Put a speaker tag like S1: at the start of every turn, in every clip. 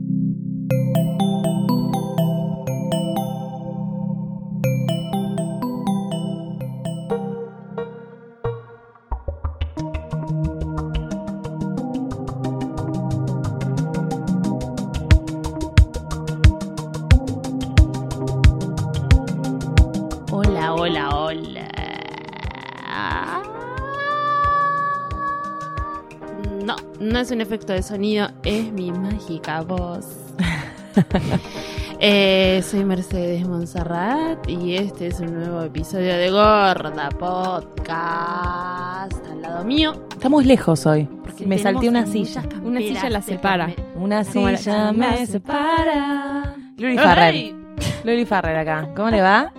S1: Hola, hola, hola. No, no es un efecto de sonido, es mi mágica voz. Eh, soy Mercedes Monserrat y este es un nuevo episodio de Gorda Podcast. Al lado mío.
S2: Estamos lejos hoy.
S1: porque
S2: me
S1: tenemos
S2: salté una
S1: muchas
S2: silla.
S1: camperas
S3: Una silla la
S1: de
S3: separa.
S1: campe-
S2: Una
S1: Como la-
S2: silla me separa. Luli
S1: ¡Ay!
S2: Farrell. Luli Farrell acá. ¿Cómo le va?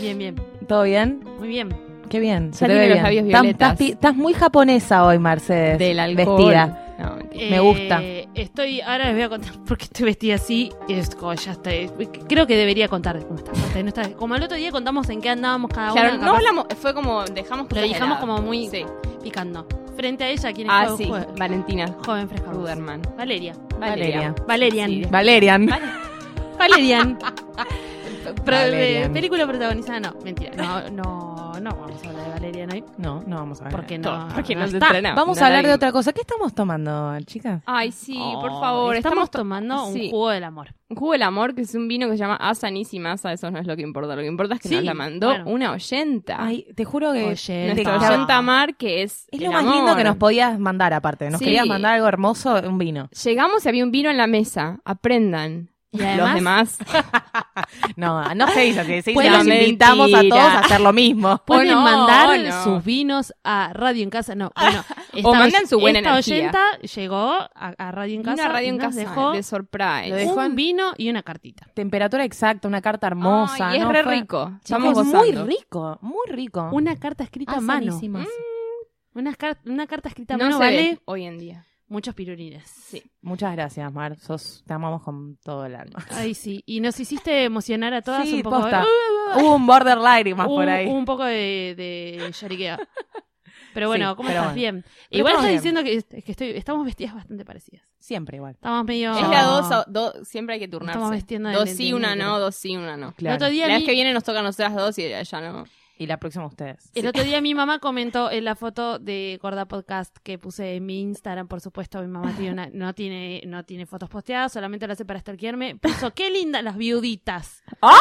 S1: Bien, bien,
S2: ¿Todo bien?
S1: muy bien.
S2: Qué bien. Se
S3: Ya
S2: te
S3: tiene
S2: ve
S3: los
S2: bien.
S3: labios
S2: Estás-
S3: violetas.
S2: Estás, pi- estás muy japonesa hoy, Mercedes.
S3: del alcohol.
S2: Vestida.
S3: No, mentira.
S2: Me gusta.
S1: Eh, Estoy, ahora les voy a contar por qué estoy vestida así. Es como ya está. es- creo que debería contar cómo está. Marta, no está- como el otro día contamos en qué andábamos cada uno.
S3: Claro, no
S1: capaz
S3: hablamos, fue como dejamos
S1: Lo
S3: cosas
S1: dejamos
S3: de lado.
S1: como muy-
S3: Sí.
S1: picando. Frente a ella, ¿quién es
S3: Ah,
S1: jue-
S3: sí,
S1: jue-
S3: Valentina
S1: joven fresca. voz?
S3: Ruderman.
S1: Valeria.
S2: Valeria.
S1: Valerian.
S3: Sí.
S2: Valerian.
S1: Valerian. Pro- eh,
S2: Valerian.
S1: película protagonizada, no, mentira. No, no, no vamos a hablar de Valerian hoy.
S2: No, no vamos a ver.
S1: Porque no.
S3: No, porque
S1: no
S3: nos
S1: está.
S3: estrenamos.
S2: Vamos
S3: No
S2: a
S3: la
S2: hablar de
S3: vi.
S2: otra cosa. ¿Qué estamos tomando, chicas?
S3: Ay, sí, por
S1: Oh,
S3: favor.
S1: Estamos
S3: Estamos,
S1: tomando un
S3: sí.
S1: jugo del amor.
S3: un jugo del amor, que es un vino que se llama Asanis y Masa. Eso no es lo que importa. Lo que importa es que
S1: Sí,
S3: nos la mandó
S1: bueno.
S3: una oyenta.
S2: Ay, te juro que este,
S1: Oye,
S2: te-
S3: Nuestra
S2: te-
S3: oyenta Mar, que es.
S2: es
S3: el
S2: lo más
S3: amor.
S2: lindo que nos podías mandar aparte. Nos
S3: Sí.
S2: querías mandar algo hermoso, un vino.
S3: Llegamos y había un vino en la mesa. Aprendan.
S1: Y además-
S3: Los demás.
S2: No, no se hizo así. Se hizo
S3: Fue
S2: los
S3: mentira.
S2: Pues invitamos a todos a hacer lo mismo.
S1: Pueden
S3: no,
S1: mandar
S3: no.
S1: sus vinos a Radio en Casa. No, bueno, esta,
S3: O mandan su buena
S1: esta
S3: energía.
S1: oyenta llegó a, a Radio en
S3: Vino
S1: Casa.
S3: a radio
S1: y
S3: en
S1: nos
S3: casa.
S1: Dejó
S3: De surprise.
S2: Lo dejó
S1: un
S2: en-
S1: vino y una cartita.
S2: Temperatura exacta, una carta hermosa.
S3: Ay, y es
S2: ¿no?
S3: re
S2: Fue-
S3: rico.
S2: Chicos,
S3: Estamos
S2: muy
S3: gozando.
S2: rico, muy
S3: Ah.
S2: rico. Mm.
S1: Una carta escrita a mano.
S2: Asanísimas.
S1: Una, car- una carta escrita a
S3: No
S1: mano
S3: se
S1: vale
S3: ve hoy en día.
S1: muchos pirulines. Sí.
S2: Muchas gracias, Mar. Sos- te amamos con todo el alma.
S1: Ay, sí. Y nos hiciste emocionar a todas
S2: Sí,
S1: un poco.
S2: posta.
S1: Uh,
S2: Hubo un border lágrimas
S1: un,
S2: por ahí.
S1: un poco de, de lloriqueo. Pero bueno,
S2: Sí,
S1: ¿cómo
S2: pero
S1: estás?
S2: bueno.
S1: Bien.
S2: Pero
S1: Igual
S2: estamos
S1: estás diciendo que, que estoy- estamos vestidas bastante parecidas.
S2: Siempre igual.
S1: Estamos medio.
S3: Es la dos, a- dos- siempre hay que turnarse.
S1: Estamos vestiendo de
S3: dos sí,
S1: lente
S3: una
S1: negro.
S3: no, dos sí, una no.
S1: El otro
S2: Claro.
S1: día
S3: La vez
S1: vi-
S3: que viene nos toca a nosotras dos y ya no.
S2: Y la próxima ustedes.
S1: El otro día mi mamá comentó en la foto de Gorda Podcast que puse en mi Instagram, por supuesto, mi mamá tiene una- no tiene no tiene fotos posteadas, solamente lo hace para stalkearme. Puso, qué linda las viuditas.
S2: Ah.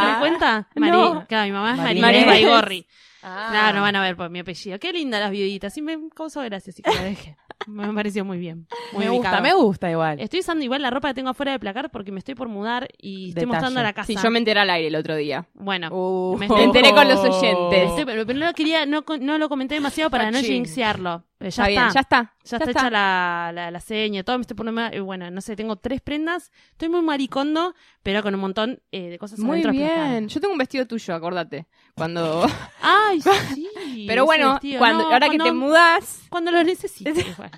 S1: ¿No ¿Se dan cuenta? Mari,
S3: Ah. No. Ah.
S1: claro, mi mamá es Mari,
S2: Marinés.
S1: Mari Baigorri. Claro, no van a ver por mi apellido. Qué linda las viuditas. Y me causó gracia, así que la dejé. Me pareció muy bien. Muy
S2: me gusta,
S1: ubicado.
S2: me gusta igual.
S1: Estoy usando igual la ropa que tengo afuera de placar porque me estoy por mudar y estoy
S2: Detalle.
S1: mostrando la casa.
S3: Sí, yo me enteré al aire el otro día.
S1: Bueno,
S2: Uh,
S1: Me
S3: Me enteré con los oyentes.
S1: Estoy- pero pero no, lo quería, no, co- no lo comenté demasiado para no
S2: Cachín.
S1: jinxearlo. Pero
S3: Está
S1: Ya está,
S3: bien, ya está.
S1: ya, está, hecha la, la, la seña, todo me estoy poniendo. mal- eh, Bueno, no sé, tengo tres prendas. Estoy muy maricondo, pero con un montón eh, de cosas
S3: Muy
S1: adentro del
S3: bien. Yo tengo un vestido tuyo, acordate. Cuando.
S1: placar. Ay, sí.
S3: Pero bueno,
S1: ese vestido.
S3: cuando,
S1: No,
S3: ahora que te
S1: cuando-
S3: mudas.
S1: Cuando lo necesites. igual.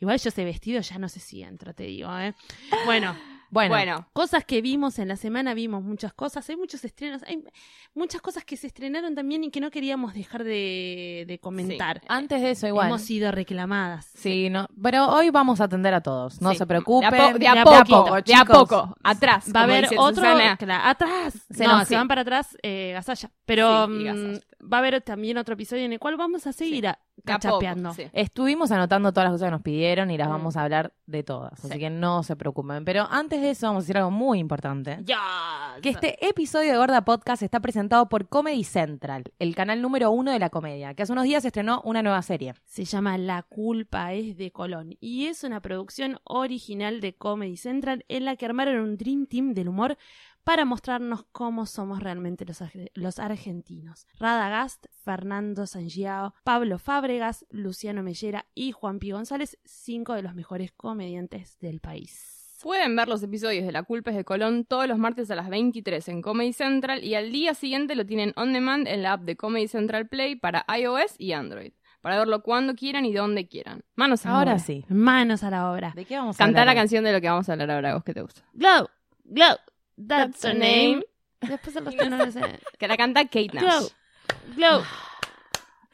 S1: Igual yo ese vestido ya no sé si entro, te digo, ¿eh? Bueno,
S2: Bueno,
S3: Bueno.
S1: cosas que vimos en la semana, vimos muchas cosas, hay muchos estrenos, hay muchas cosas que se estrenaron también y que no queríamos dejar de, de comentar.
S3: Ah,
S2: antes de eso igual.
S1: Hemos sido reclamadas.
S2: Sí, no, pero hoy vamos a atender a todos. No
S1: Sí.
S2: se
S3: De
S2: preocupen.
S3: a, po- de a
S1: de a
S3: poco, de a
S2: chicos.
S3: poco, atrás.
S1: Va a
S3: como
S1: haber
S3: dice
S1: otro
S3: Susana.
S1: cla- atrás.
S2: Se
S1: no,
S2: nos-
S1: se
S2: sí.
S1: van para atrás eh, Gasalla. Pero
S3: Sí, y
S1: mm,
S3: Gasalla.
S1: va a haber también otro episodio en el cual vamos a seguir a-
S3: De a poco,
S1: cachapeando.
S3: sí.
S2: Estuvimos anotando todas las cosas que nos pidieron y las
S1: Mm.
S2: vamos a hablar de todas, así
S3: Sí.
S2: que no se preocupen. Pero antes de eso vamos a decir algo muy importante.
S1: Ya.
S2: Que este episodio de Gorda Podcast está presentado por Comedy Central, el canal número uno de la comedia, que hace unos días estrenó una nueva serie.
S1: Se llama La culpa es de Colón y es una producción original de Comedy Central en la que armaron un Dream Team del humor para mostrarnos cómo somos realmente los, arge- los argentinos. Radagast, Fernando Sangiao, Pablo Fábregas, Luciano Mellera y Juan P. González, cinco de los mejores comediantes del país.
S3: Pueden ver los episodios de La Culpa es de Colón todos los martes a las 23 en Comedy Central y al día siguiente lo tienen on demand en la app de Comedy Central Play para iOS y Android, para verlo cuando quieran y donde quieran. Manos a la
S2: Ahora
S3: obra.
S2: sí.
S1: Manos a la obra.
S2: ¿De qué vamos a
S3: Cantá la
S2: hablar?
S3: canción de lo que vamos a hablar ahora, vos que te gusta.
S1: Glow, glow, that's
S3: That's
S1: her
S3: her
S1: pues, name. Después de los tenores. eh,
S3: Que la canta Kate Nash.
S1: Glow, glow.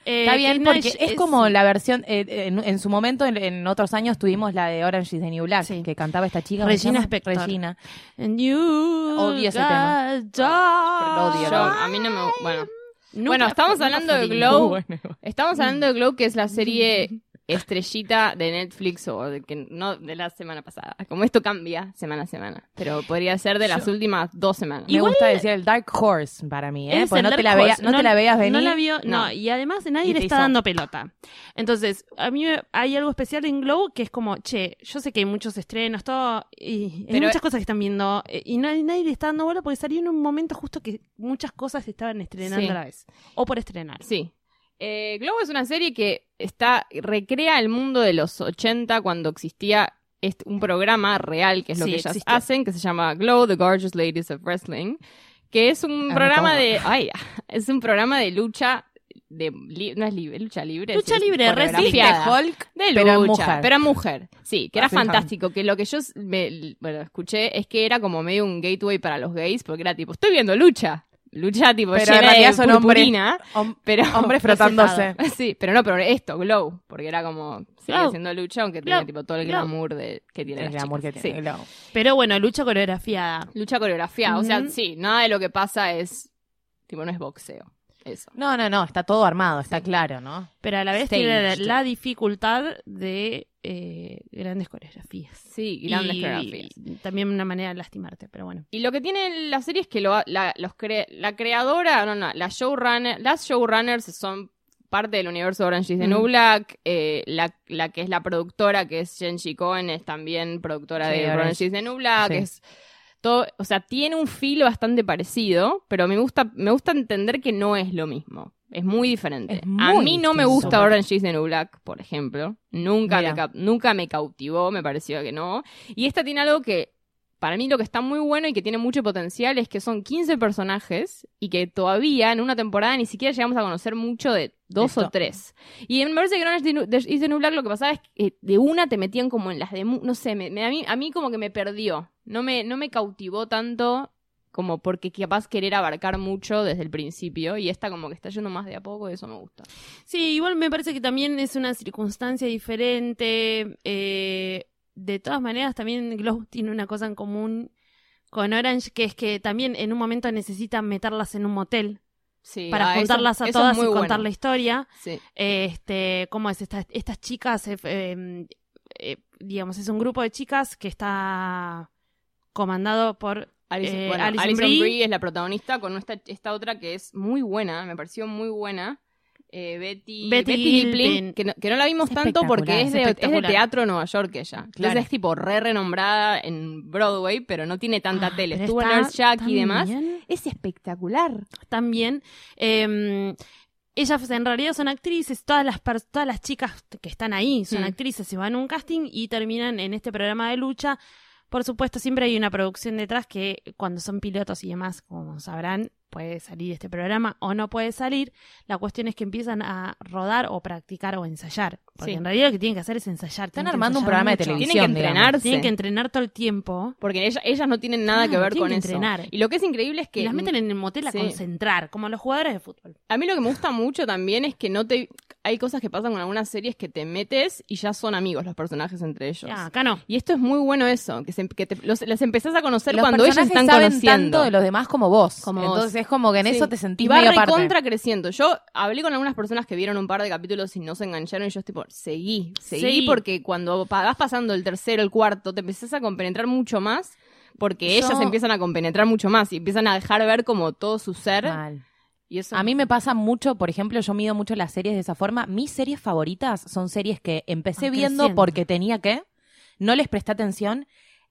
S1: Eh,
S2: Está bien,
S1: que no,
S2: porque es, como la versión. eh, en, en su momento, en, en otros años, tuvimos la de Orange is the New Black,
S1: Sí.
S2: que cantaba esta chica. ¿cómo se
S1: Regina
S2: llama?
S1: Spektor.
S2: Regina.
S1: And you
S2: Odio ese tema.
S1: got dark.
S2: Lo odio,
S3: Yo, a mí no me. Bueno.
S1: Nunca-
S3: Bueno, estamos
S1: nunca
S3: hablando de
S1: fui.
S3: Glow. Estamos hablando de Glow, que es la serie estrellita de Netflix o de que no de la semana pasada. Como esto cambia semana a semana, pero podría ser de las últimas dos semanas.
S2: Me gusta decir el Dark Horse para mí, ¿eh?
S1: Es
S2: Porque
S1: el
S2: no te,
S1: Dark
S2: la vea-
S1: Horse.
S2: no, te la veas venir.
S1: No la vio, no.
S3: No.
S1: y además
S2: Y
S1: nadie
S2: te
S1: le está
S2: hizo.
S1: dando pelota. Entonces, a mí me- hay algo especial en Glow que es como, che, yo sé que hay muchos estrenos, todo, y hay
S3: Pero-
S1: muchas cosas que están viendo, eh, y nadie, nadie le está dando bola porque salió en un momento justo que muchas cosas se estaban estrenando
S3: Sí.
S1: a la vez. O por estrenar.
S3: Sí. Eh, Globo es una serie que está recrea el mundo de los 80 cuando existía est- un programa real, que es lo
S1: Sí,
S3: que ellas
S1: existió.
S3: hacen, que se llama Glow, The Gorgeous Ladies of Wrestling, que es un
S2: Ah,
S3: programa
S2: ¿cómo?
S3: de... Ay, es un programa de lucha... De, li- no es libre, lucha libre.
S1: Lucha
S3: sí, es
S1: libre,
S2: Viste
S3: coreografiada.
S2: Hulk,
S3: De lucha,
S2: pero
S3: pero
S2: en
S3: mujer.
S2: mujer.
S3: Sí, que era
S2: Así es.
S3: fantástico. Que lo que yo s- me, bueno, escuché es que era como medio un gateway para los gays, porque era tipo, estoy viendo lucha. Lucha tipo
S2: Pero en
S3: llena
S2: realidad
S3: de
S2: son hombres.
S3: purpurina,
S2: hom-
S3: Pero,
S2: hombres frotándose.
S3: sí, pero no, pero esto, Glow. Porque era como, sigue
S1: Glow.
S3: siendo lucha, aunque tenía
S1: Glow.
S3: tipo todo el
S1: Glow.
S3: glamour de, que tiene
S2: El
S3: las
S2: glamour que
S3: chicas.
S2: tiene.
S3: Sí.
S2: Glow.
S1: Pero bueno, lucha coreografiada.
S3: Lucha coreografiada. O sea,
S1: Ujú.
S3: sí, nada de lo que pasa es, tipo, no es boxeo. Eso.
S2: No, no, no, está todo armado, está claro, ¿no?
S1: Pero a la vez tiene la,
S2: Staged.
S1: la dificultad de eh, grandes coreografías.
S3: Sí, grandes
S1: Y-
S3: coreografías.
S1: y también una manera de lastimarte, pero bueno.
S3: Y lo que tiene la serie es que lo- la, los cre- la creadora, no, no, la showrunner, las showrunners son parte del universo Orange is the New
S1: Mm.
S3: Black. eh, la, la que es la productora, que es Genji Cohen, es también productora
S2: Sí,
S3: de
S2: Orange.
S3: Orange is the New Black.
S2: Sí.
S3: Es todo, o sea, tiene un feel bastante parecido, pero me gusta, me gusta entender que no es lo mismo. Es muy diferente.
S2: Es
S3: A
S2: muy
S3: mí no me
S2: distinto.
S3: gusta Orange is the New Black, por ejemplo. Nunca me,
S2: Mira.
S3: cap- nunca me cautivó, me pareció que no. Y esta tiene algo que para mí lo que está muy bueno y que tiene mucho potencial es que son 15 personajes y que todavía en una temporada ni siquiera llegamos a conocer mucho de dos
S2: Esto.
S3: o tres. Y me parece que en Orange is the New- de- is the New Black lo que pasaba es que eh, de una te metían como en las de... mu- No sé, me- me- a, mí, a mí como que me perdió. No me, no me cautivó tanto como porque capaz querer abarcar mucho desde el principio y esta como que está yendo más de a poco y eso me gusta.
S1: Sí, igual me parece que también es una circunstancia diferente. eh, de todas maneras, también Glow tiene una cosa en común con Orange, que es que también en un momento necesitan meterlas en un motel
S3: Sí,
S1: para
S3: ah, eso-
S1: juntarlas a
S3: eso es
S1: todas y
S3: muy bueno.
S1: contar la historia.
S3: Sí.
S1: Este, ¿Cómo es? Estas, estas chicas, eh, eh, eh, digamos, es un grupo de chicas que está comandado por
S3: Alison,
S1: Eh,
S3: bueno,
S1: Alison
S3: Alison
S1: Brie.
S3: Brie es la protagonista con esta, esta otra que es muy buena, me pareció muy buena. eh, Betty,
S1: Betty
S3: Gilpin,
S1: Gilpin.
S3: que, no, que no la vimos
S2: Es
S3: tanto
S2: espectacular,
S3: porque es
S1: es
S3: de, es de
S1: espectacular.
S3: teatro en Nueva York ella.
S2: Claro.
S3: Entonces es tipo re renombrada en Broadway, pero no tiene tanta
S1: Ah,
S3: tele.
S1: pero
S3: Estuvo en
S1: está
S3: Nurse Jack
S1: tan
S3: y demás.
S1: bien.
S3: Es espectacular.
S1: también. Eh, ellas en realidad son actrices, todas las, pers- todas las chicas que están ahí son
S3: Mm.
S1: actrices, se van a un casting y terminan en este programa de lucha. Por supuesto, siempre hay una producción detrás que cuando son pilotos y demás, como sabrán, puede salir este programa o no puede salir. La cuestión es que empiezan a rodar o practicar o ensayar. Porque
S3: Sí.
S1: en realidad lo que tienen que hacer es ensayar.
S2: Están
S1: tienen que
S2: armando un
S1: ensayar
S2: programa de
S1: mucho.
S2: televisión.
S3: Tienen que
S2: digamos.
S3: entrenarse.
S1: Tienen que entrenar todo el tiempo.
S3: Porque ella- ellas no tienen nada
S1: Claro,
S3: que ver
S1: Ah, tienen
S3: con
S1: que
S3: eso.
S1: entrenar.
S3: Y lo que es increíble es que
S1: Que las meten en el motel a
S3: Sí.
S1: concentrar, como los jugadores de fútbol.
S3: A mí lo que me gusta mucho también es que no te hay cosas que pasan con algunas series que te metes y ya son amigos los personajes entre ellos.
S1: Ah, acá no.
S3: Y esto es muy bueno eso, que, se- em, que te- los, las empezás a conocer
S2: Los
S3: cuando ellos
S2: personajes
S3: están
S2: saben
S3: conociendo.
S2: tanto de los demás como vos.
S3: Como vos.
S2: Entonces es como que en
S3: Sí.
S2: eso te sentís
S3: y va
S2: medio aparte.
S3: recontra creciendo. Yo hablé con algunas personas que vieron un par de capítulos y no se engancharon y yo es tipo, seguí, seguí
S1: Sí.
S3: porque cuando pa- vas pasando el tercero, el cuarto, te empezás a compenetrar mucho más porque
S2: Yo-
S3: ellas empiezan a compenetrar mucho más y empiezan a dejar ver como todo su ser.
S2: Mal.
S3: Y eso
S2: A mí me pasa mucho, por ejemplo, yo mido mucho las series de esa forma. Mis series favoritas son series que empecé
S1: Van
S2: viendo
S1: creciendo.
S2: porque tenía que, no les presté atención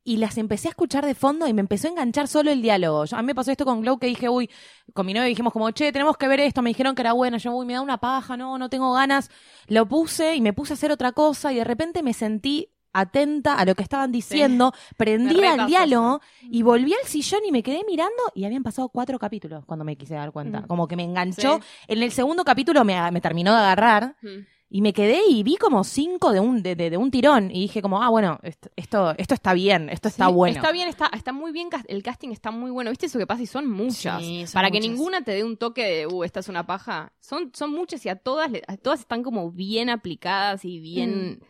S2: y las empecé a escuchar de fondo y me empezó a enganchar solo el diálogo. Yo- a mí me pasó esto con Glow que dije, uy, con mi novio dijimos como, che, tenemos que ver esto, me dijeron que era bueno, yo, uy, me da una paja, no, no tengo ganas. Lo puse y me puse a hacer otra cosa y de repente me sentí atenta a lo que estaban diciendo,
S3: Me
S2: prendida al
S3: repasó
S2: diálogo y volví al sillón y me quedé mirando y habían pasado cuatro capítulos cuando me quise dar cuenta.
S1: Mm.
S2: Como que me
S3: Sí.
S2: enganchó en el segundo capítulo me, me terminó de agarrar
S3: Mm.
S2: Y me quedé y vi como cinco de un, de, de- de un tirón. Y dije como, ah, bueno, est- esto, esto está bien, esto está
S3: Sí,
S2: bueno.
S3: Está bien, está, está muy bien, cas- el casting está muy bueno. ¿Viste eso que pasa? Y son muchas.
S1: Sí, son
S3: Para que
S1: muchas.
S3: ninguna te dé un toque de, uh, esta es una paja. Son, son muchas y a todas, le- a todas están como bien aplicadas y bien
S1: Mm.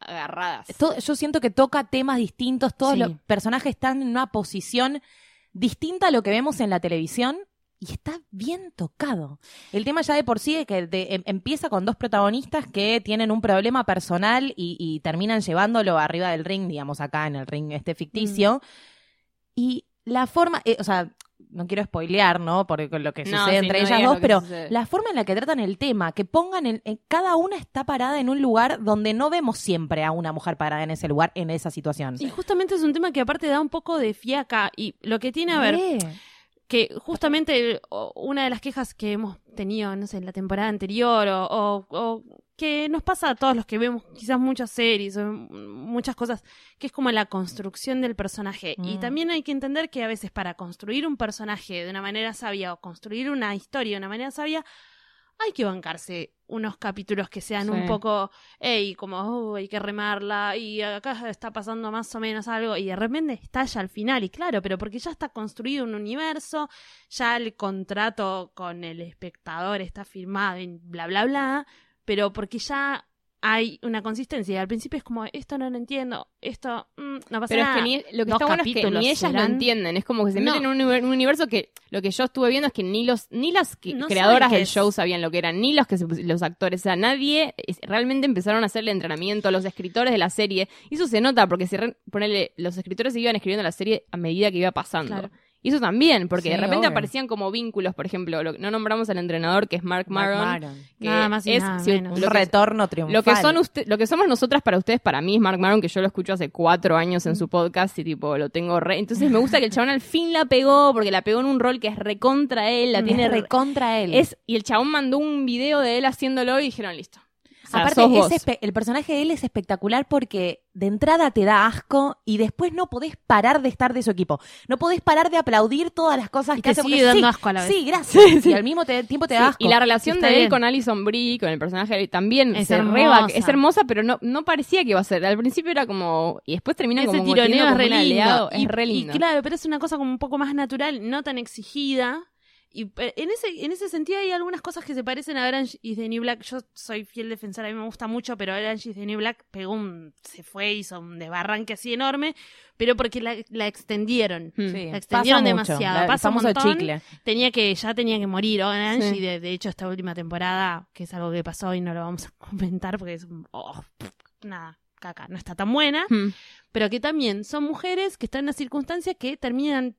S3: agarradas.
S2: To- yo siento que toca temas distintos, todos
S1: Sí.
S2: los personajes están en una posición distinta a lo que vemos en la televisión y está bien tocado. El tema ya de por sí es que de- em- empieza con dos protagonistas que tienen un problema personal y, y terminan llevándolo arriba del ring, digamos acá en el ring este
S3: Mm.
S2: ficticio. Y la forma, eh, o sea, no quiero spoilear, ¿no? Porque con lo que
S3: No,
S2: sucede
S3: sí,
S2: entre
S3: no
S2: ellas
S3: digas
S2: dos,
S3: lo que
S2: pero
S3: sucede.
S2: la forma en la que tratan el tema, que pongan el, en- cada una está parada en un lugar donde no vemos siempre a una mujer parada en ese lugar, en esa situación.
S1: Y justamente es un tema que aparte da un poco de fiaca y lo que tiene a ver
S2: Eh,
S1: que justamente o- una de las quejas que hemos tenido, no sé, en la temporada anterior o, o- o que nos pasa a todos los que vemos quizás muchas series o mm, muchas cosas, que es como la construcción del personaje. Y
S2: Mm.
S1: también hay que entender que a veces para construir un personaje de una manera sabia o construir una historia de una manera sabia, hay que bancarse unos capítulos que sean un
S3: Sí.
S1: poco, hey, como, "Uh, hay que remarla, y acá está pasando más o menos algo, y de repente estalla al final, y claro, pero porque ya está construido un universo, ya el contrato con el espectador está firmado, y bla, bla, bla, pero porque ya hay una consistencia, y al principio es como, esto no lo entiendo, esto mm, no pasa
S3: Pero es
S1: nada.
S3: que ni- lo que
S1: Dos
S3: está bueno es que
S1: capítulos
S3: ni ellas lo
S1: serán.
S3: entienden. Es como que se
S1: No.
S3: meten en un, univer- un universo que lo que yo estuve viendo es que ni los ni las que-
S1: No
S3: creadoras
S1: saben qué
S3: del
S1: es.
S3: show sabían lo que eran, ni los que se pus- los actores, o sea, nadie es- realmente empezaron a hacerle entrenamiento a los escritores de la serie. Y eso se nota porque se re- ponele, los escritores iban escribiendo la serie a medida que iba pasando.
S1: Claro.
S3: Y eso también, porque
S2: Sí,
S3: de repente
S2: obvio.
S3: aparecían como vínculos, por ejemplo, lo- no nombramos al entrenador que es Mark
S2: Mark
S3: Maron,
S2: Maron.
S3: que
S1: Nada más y
S3: es
S1: nada
S3: si-
S1: menos.
S2: Un
S3: lo que-
S2: retorno triunfal.
S3: lo que, son usted- lo que somos nosotras para ustedes, para mí es Mark Maron, que yo lo escucho hace cuatro años en su podcast y tipo lo tengo re. Entonces me gusta que el chabón al fin la pegó, porque la pegó en un rol que es recontra él, la
S2: Mm.
S3: tiene
S2: Es
S3: re-
S2: recontra él.
S3: Es, y el chabón mandó un video de él haciéndolo y dijeron, listo. O sea,
S2: Aparte,
S3: sos vos.
S2: es espe- el personaje de él es espectacular porque de entrada te da asco y después no podés parar de estar de su equipo. No podés parar de aplaudir todas las cosas
S1: Y
S2: que
S1: Ah, te
S2: hace. porque
S1: sigue dando
S2: sí,
S1: asco a la vez.
S2: Sí, gracias. Y al mismo te- tiempo te da
S3: Sí,
S2: asco.
S3: Y la relación
S1: Está
S3: de él
S1: bien.
S3: con Alison Brie, con el personaje de él, también
S1: Es
S3: se
S1: hermosa.
S3: reba- es hermosa, pero no, no parecía que iba a ser. Al principio era como. Y después termina
S1: Ese
S3: como
S1: tironeo
S3: teniendo
S1: es
S3: como
S1: re
S3: un
S1: lindo.
S3: aliado, es re lindo.
S1: Y claro, pero es una cosa como un poco más natural, no tan exigida. Y eh, en ese, en ese sentido hay algunas cosas que se parecen a Orange is the New Black. Yo soy fiel defensora, a mí me gusta mucho, pero Orange is the New Black pegó un, se fue, hizo un desbarranque así enorme, pero porque la, la extendieron.
S3: Hmm.
S2: Sí,
S1: La extendieron
S2: pasa
S1: demasiado,
S2: La- el
S1: pasa un
S2: famoso
S1: montón.
S2: chicle.
S1: Tenía que, ya tenía que morir Orange,
S3: Sí.
S1: y de, de hecho esta última temporada, que es algo que pasó y no lo vamos a comentar porque es un- oh, pff, nada, caca, no está tan buena
S3: Hmm.
S1: pero que también son mujeres que están en una circunstancia que terminan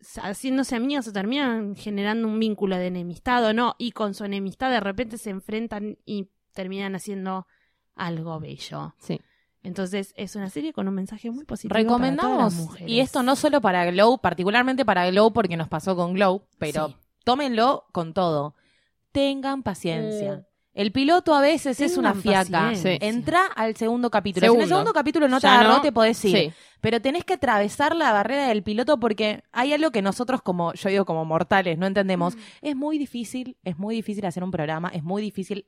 S1: sa- haciéndose amigas o terminan generando un vínculo de enemistad o no, y con su enemistad de repente se enfrentan y terminan haciendo algo bello.
S3: Sí.
S1: Entonces es una serie con un mensaje muy positivo. para todas las
S2: Recomendamos,
S1: mujeres.
S2: y esto no solo para Glow, particularmente para Glow porque nos pasó con Glow, pero
S1: Sí.
S2: tómenlo con todo. Tengan paciencia.
S1: Mm.
S2: El piloto a veces es una
S1: Tengan
S2: fiaca.
S1: paciencia.
S2: Entra al segundo capítulo. Si en el
S3: Segundo.
S2: segundo capítulo no te
S3: Ya
S2: agarró,
S3: no.
S2: te podés ir.
S3: Sí.
S2: Pero tenés que atravesar la barrera del piloto porque hay algo que nosotros como, yo digo como mortales, no entendemos. Es muy difícil, es muy difícil hacer un programa, es muy difícil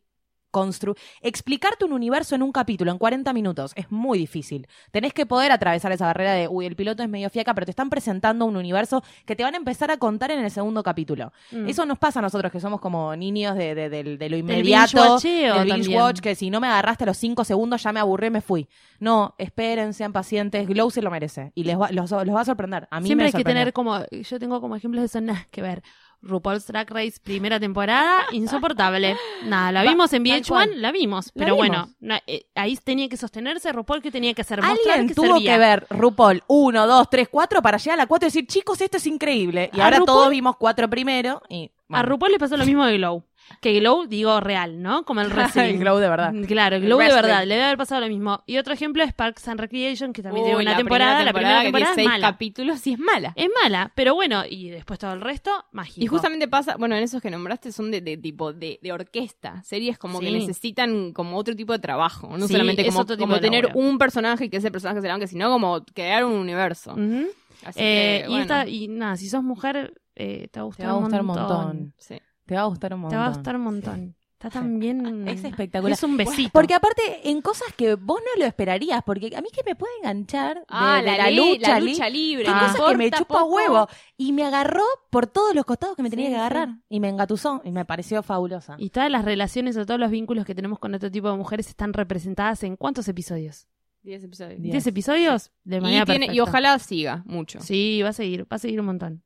S2: construir, explicarte un universo en un capítulo, en 40 minutos, es muy difícil. Tenés que poder atravesar esa barrera de, uy, el piloto es medio fiaca, pero te están presentando un universo que te van a empezar a contar en el segundo capítulo.
S1: Mm.
S2: Eso nos pasa a nosotros que somos como niños de, de- del- de lo
S1: Del
S2: inmediato.
S1: binge-watcheo
S2: del binge
S1: también.
S2: watch, que si no me agarraste a los cinco segundos ya me aburrí y me fui. No, esperen, sean pacientes. Glow se lo merece. Y les va- los, los va a sorprender. A mí
S1: Siempre
S2: me
S1: hay que
S2: sorprendió.
S1: tener como, yo tengo como ejemplos de eso nada que ver. RuPaul's Drag Race, primera temporada, insoportable. Nada, la
S2: Va,
S1: vimos en
S2: tal
S1: VH1,
S2: cual.
S1: la vimos.
S2: La
S1: Pero
S2: vimos.
S1: bueno, na- eh, ahí tenía que sostenerse RuPaul, que tenía que hacer? Mostrar
S2: Alguien
S1: que
S2: tuvo
S1: servía.
S2: que ver RuPaul 1, 2, 3, 4 para llegar a la 4 y decir, chicos, esto es increíble. Y
S1: A
S2: ahora
S1: RuPaul-
S2: todos vimos 4 primero y...
S1: A RuPaul le pasó lo mismo de Glow. Que Glow, digo, real, ¿no? Como el wrestling. Mm,
S2: El Glow de verdad.
S1: Claro,
S3: El
S1: Glow de
S3: wrestling.
S1: verdad, le debe haber pasado lo mismo. Y otro ejemplo es Parks and Recreation, que también tiene
S3: Uy,
S1: una
S3: la
S1: temporada, la primera
S3: que
S1: temporada
S3: tiene
S1: es
S3: seis
S1: mala.
S3: capítulos y es mala.
S1: Es mala, pero bueno, y después todo el resto, mágico.
S3: Y justamente pasa, bueno, en esos que nombraste son de, de tipo de, de orquesta, series como que
S1: Sí.
S3: necesitan como otro tipo de trabajo, no
S1: Sí,
S3: solamente
S1: es
S3: como,
S1: otro tipo
S3: como
S1: de
S3: tener
S1: laburo.
S3: un personaje y que ese personaje se la banque, sino como crear un universo.
S1: Ujú.
S3: Así
S1: Mm. Eh,
S3: que,
S1: y,
S3: bueno,
S1: esta- y nada, si sos mujer, eh, te va a
S2: Te
S1: gustar,
S2: va a gustar un montón.
S3: sí.
S2: Te va a gustar un montón.
S1: Te va a gustar un montón. Está tan bien.
S2: Mm. Es espectacular.
S1: Es un besito.
S2: Porque aparte, en cosas que vos no lo esperarías, porque a mí que me puede enganchar de,
S3: Ah,
S2: de
S3: la,
S2: la,
S3: ley,
S2: lucha,
S3: la
S2: li-
S3: lucha libre.
S2: que
S1: Ah.
S2: cosas que me
S3: importa
S2: chupa
S3: poco.
S2: huevo. Y me agarró por todos los costados que me tenía
S1: Sí,
S2: que
S1: sí.
S2: agarrar. Y me engatusó. Y me pareció fabulosa.
S1: Y todas las relaciones o todos los vínculos que tenemos con otro tipo de mujeres están representadas en cuántos episodios?
S3: Diez episodios.
S1: ¿10
S2: Diez.
S1: episodios? De manera
S3: Y, tiene- y
S1: perfecta.
S3: ojalá siga mucho.
S1: Sí, va a seguir, va a seguir un montón.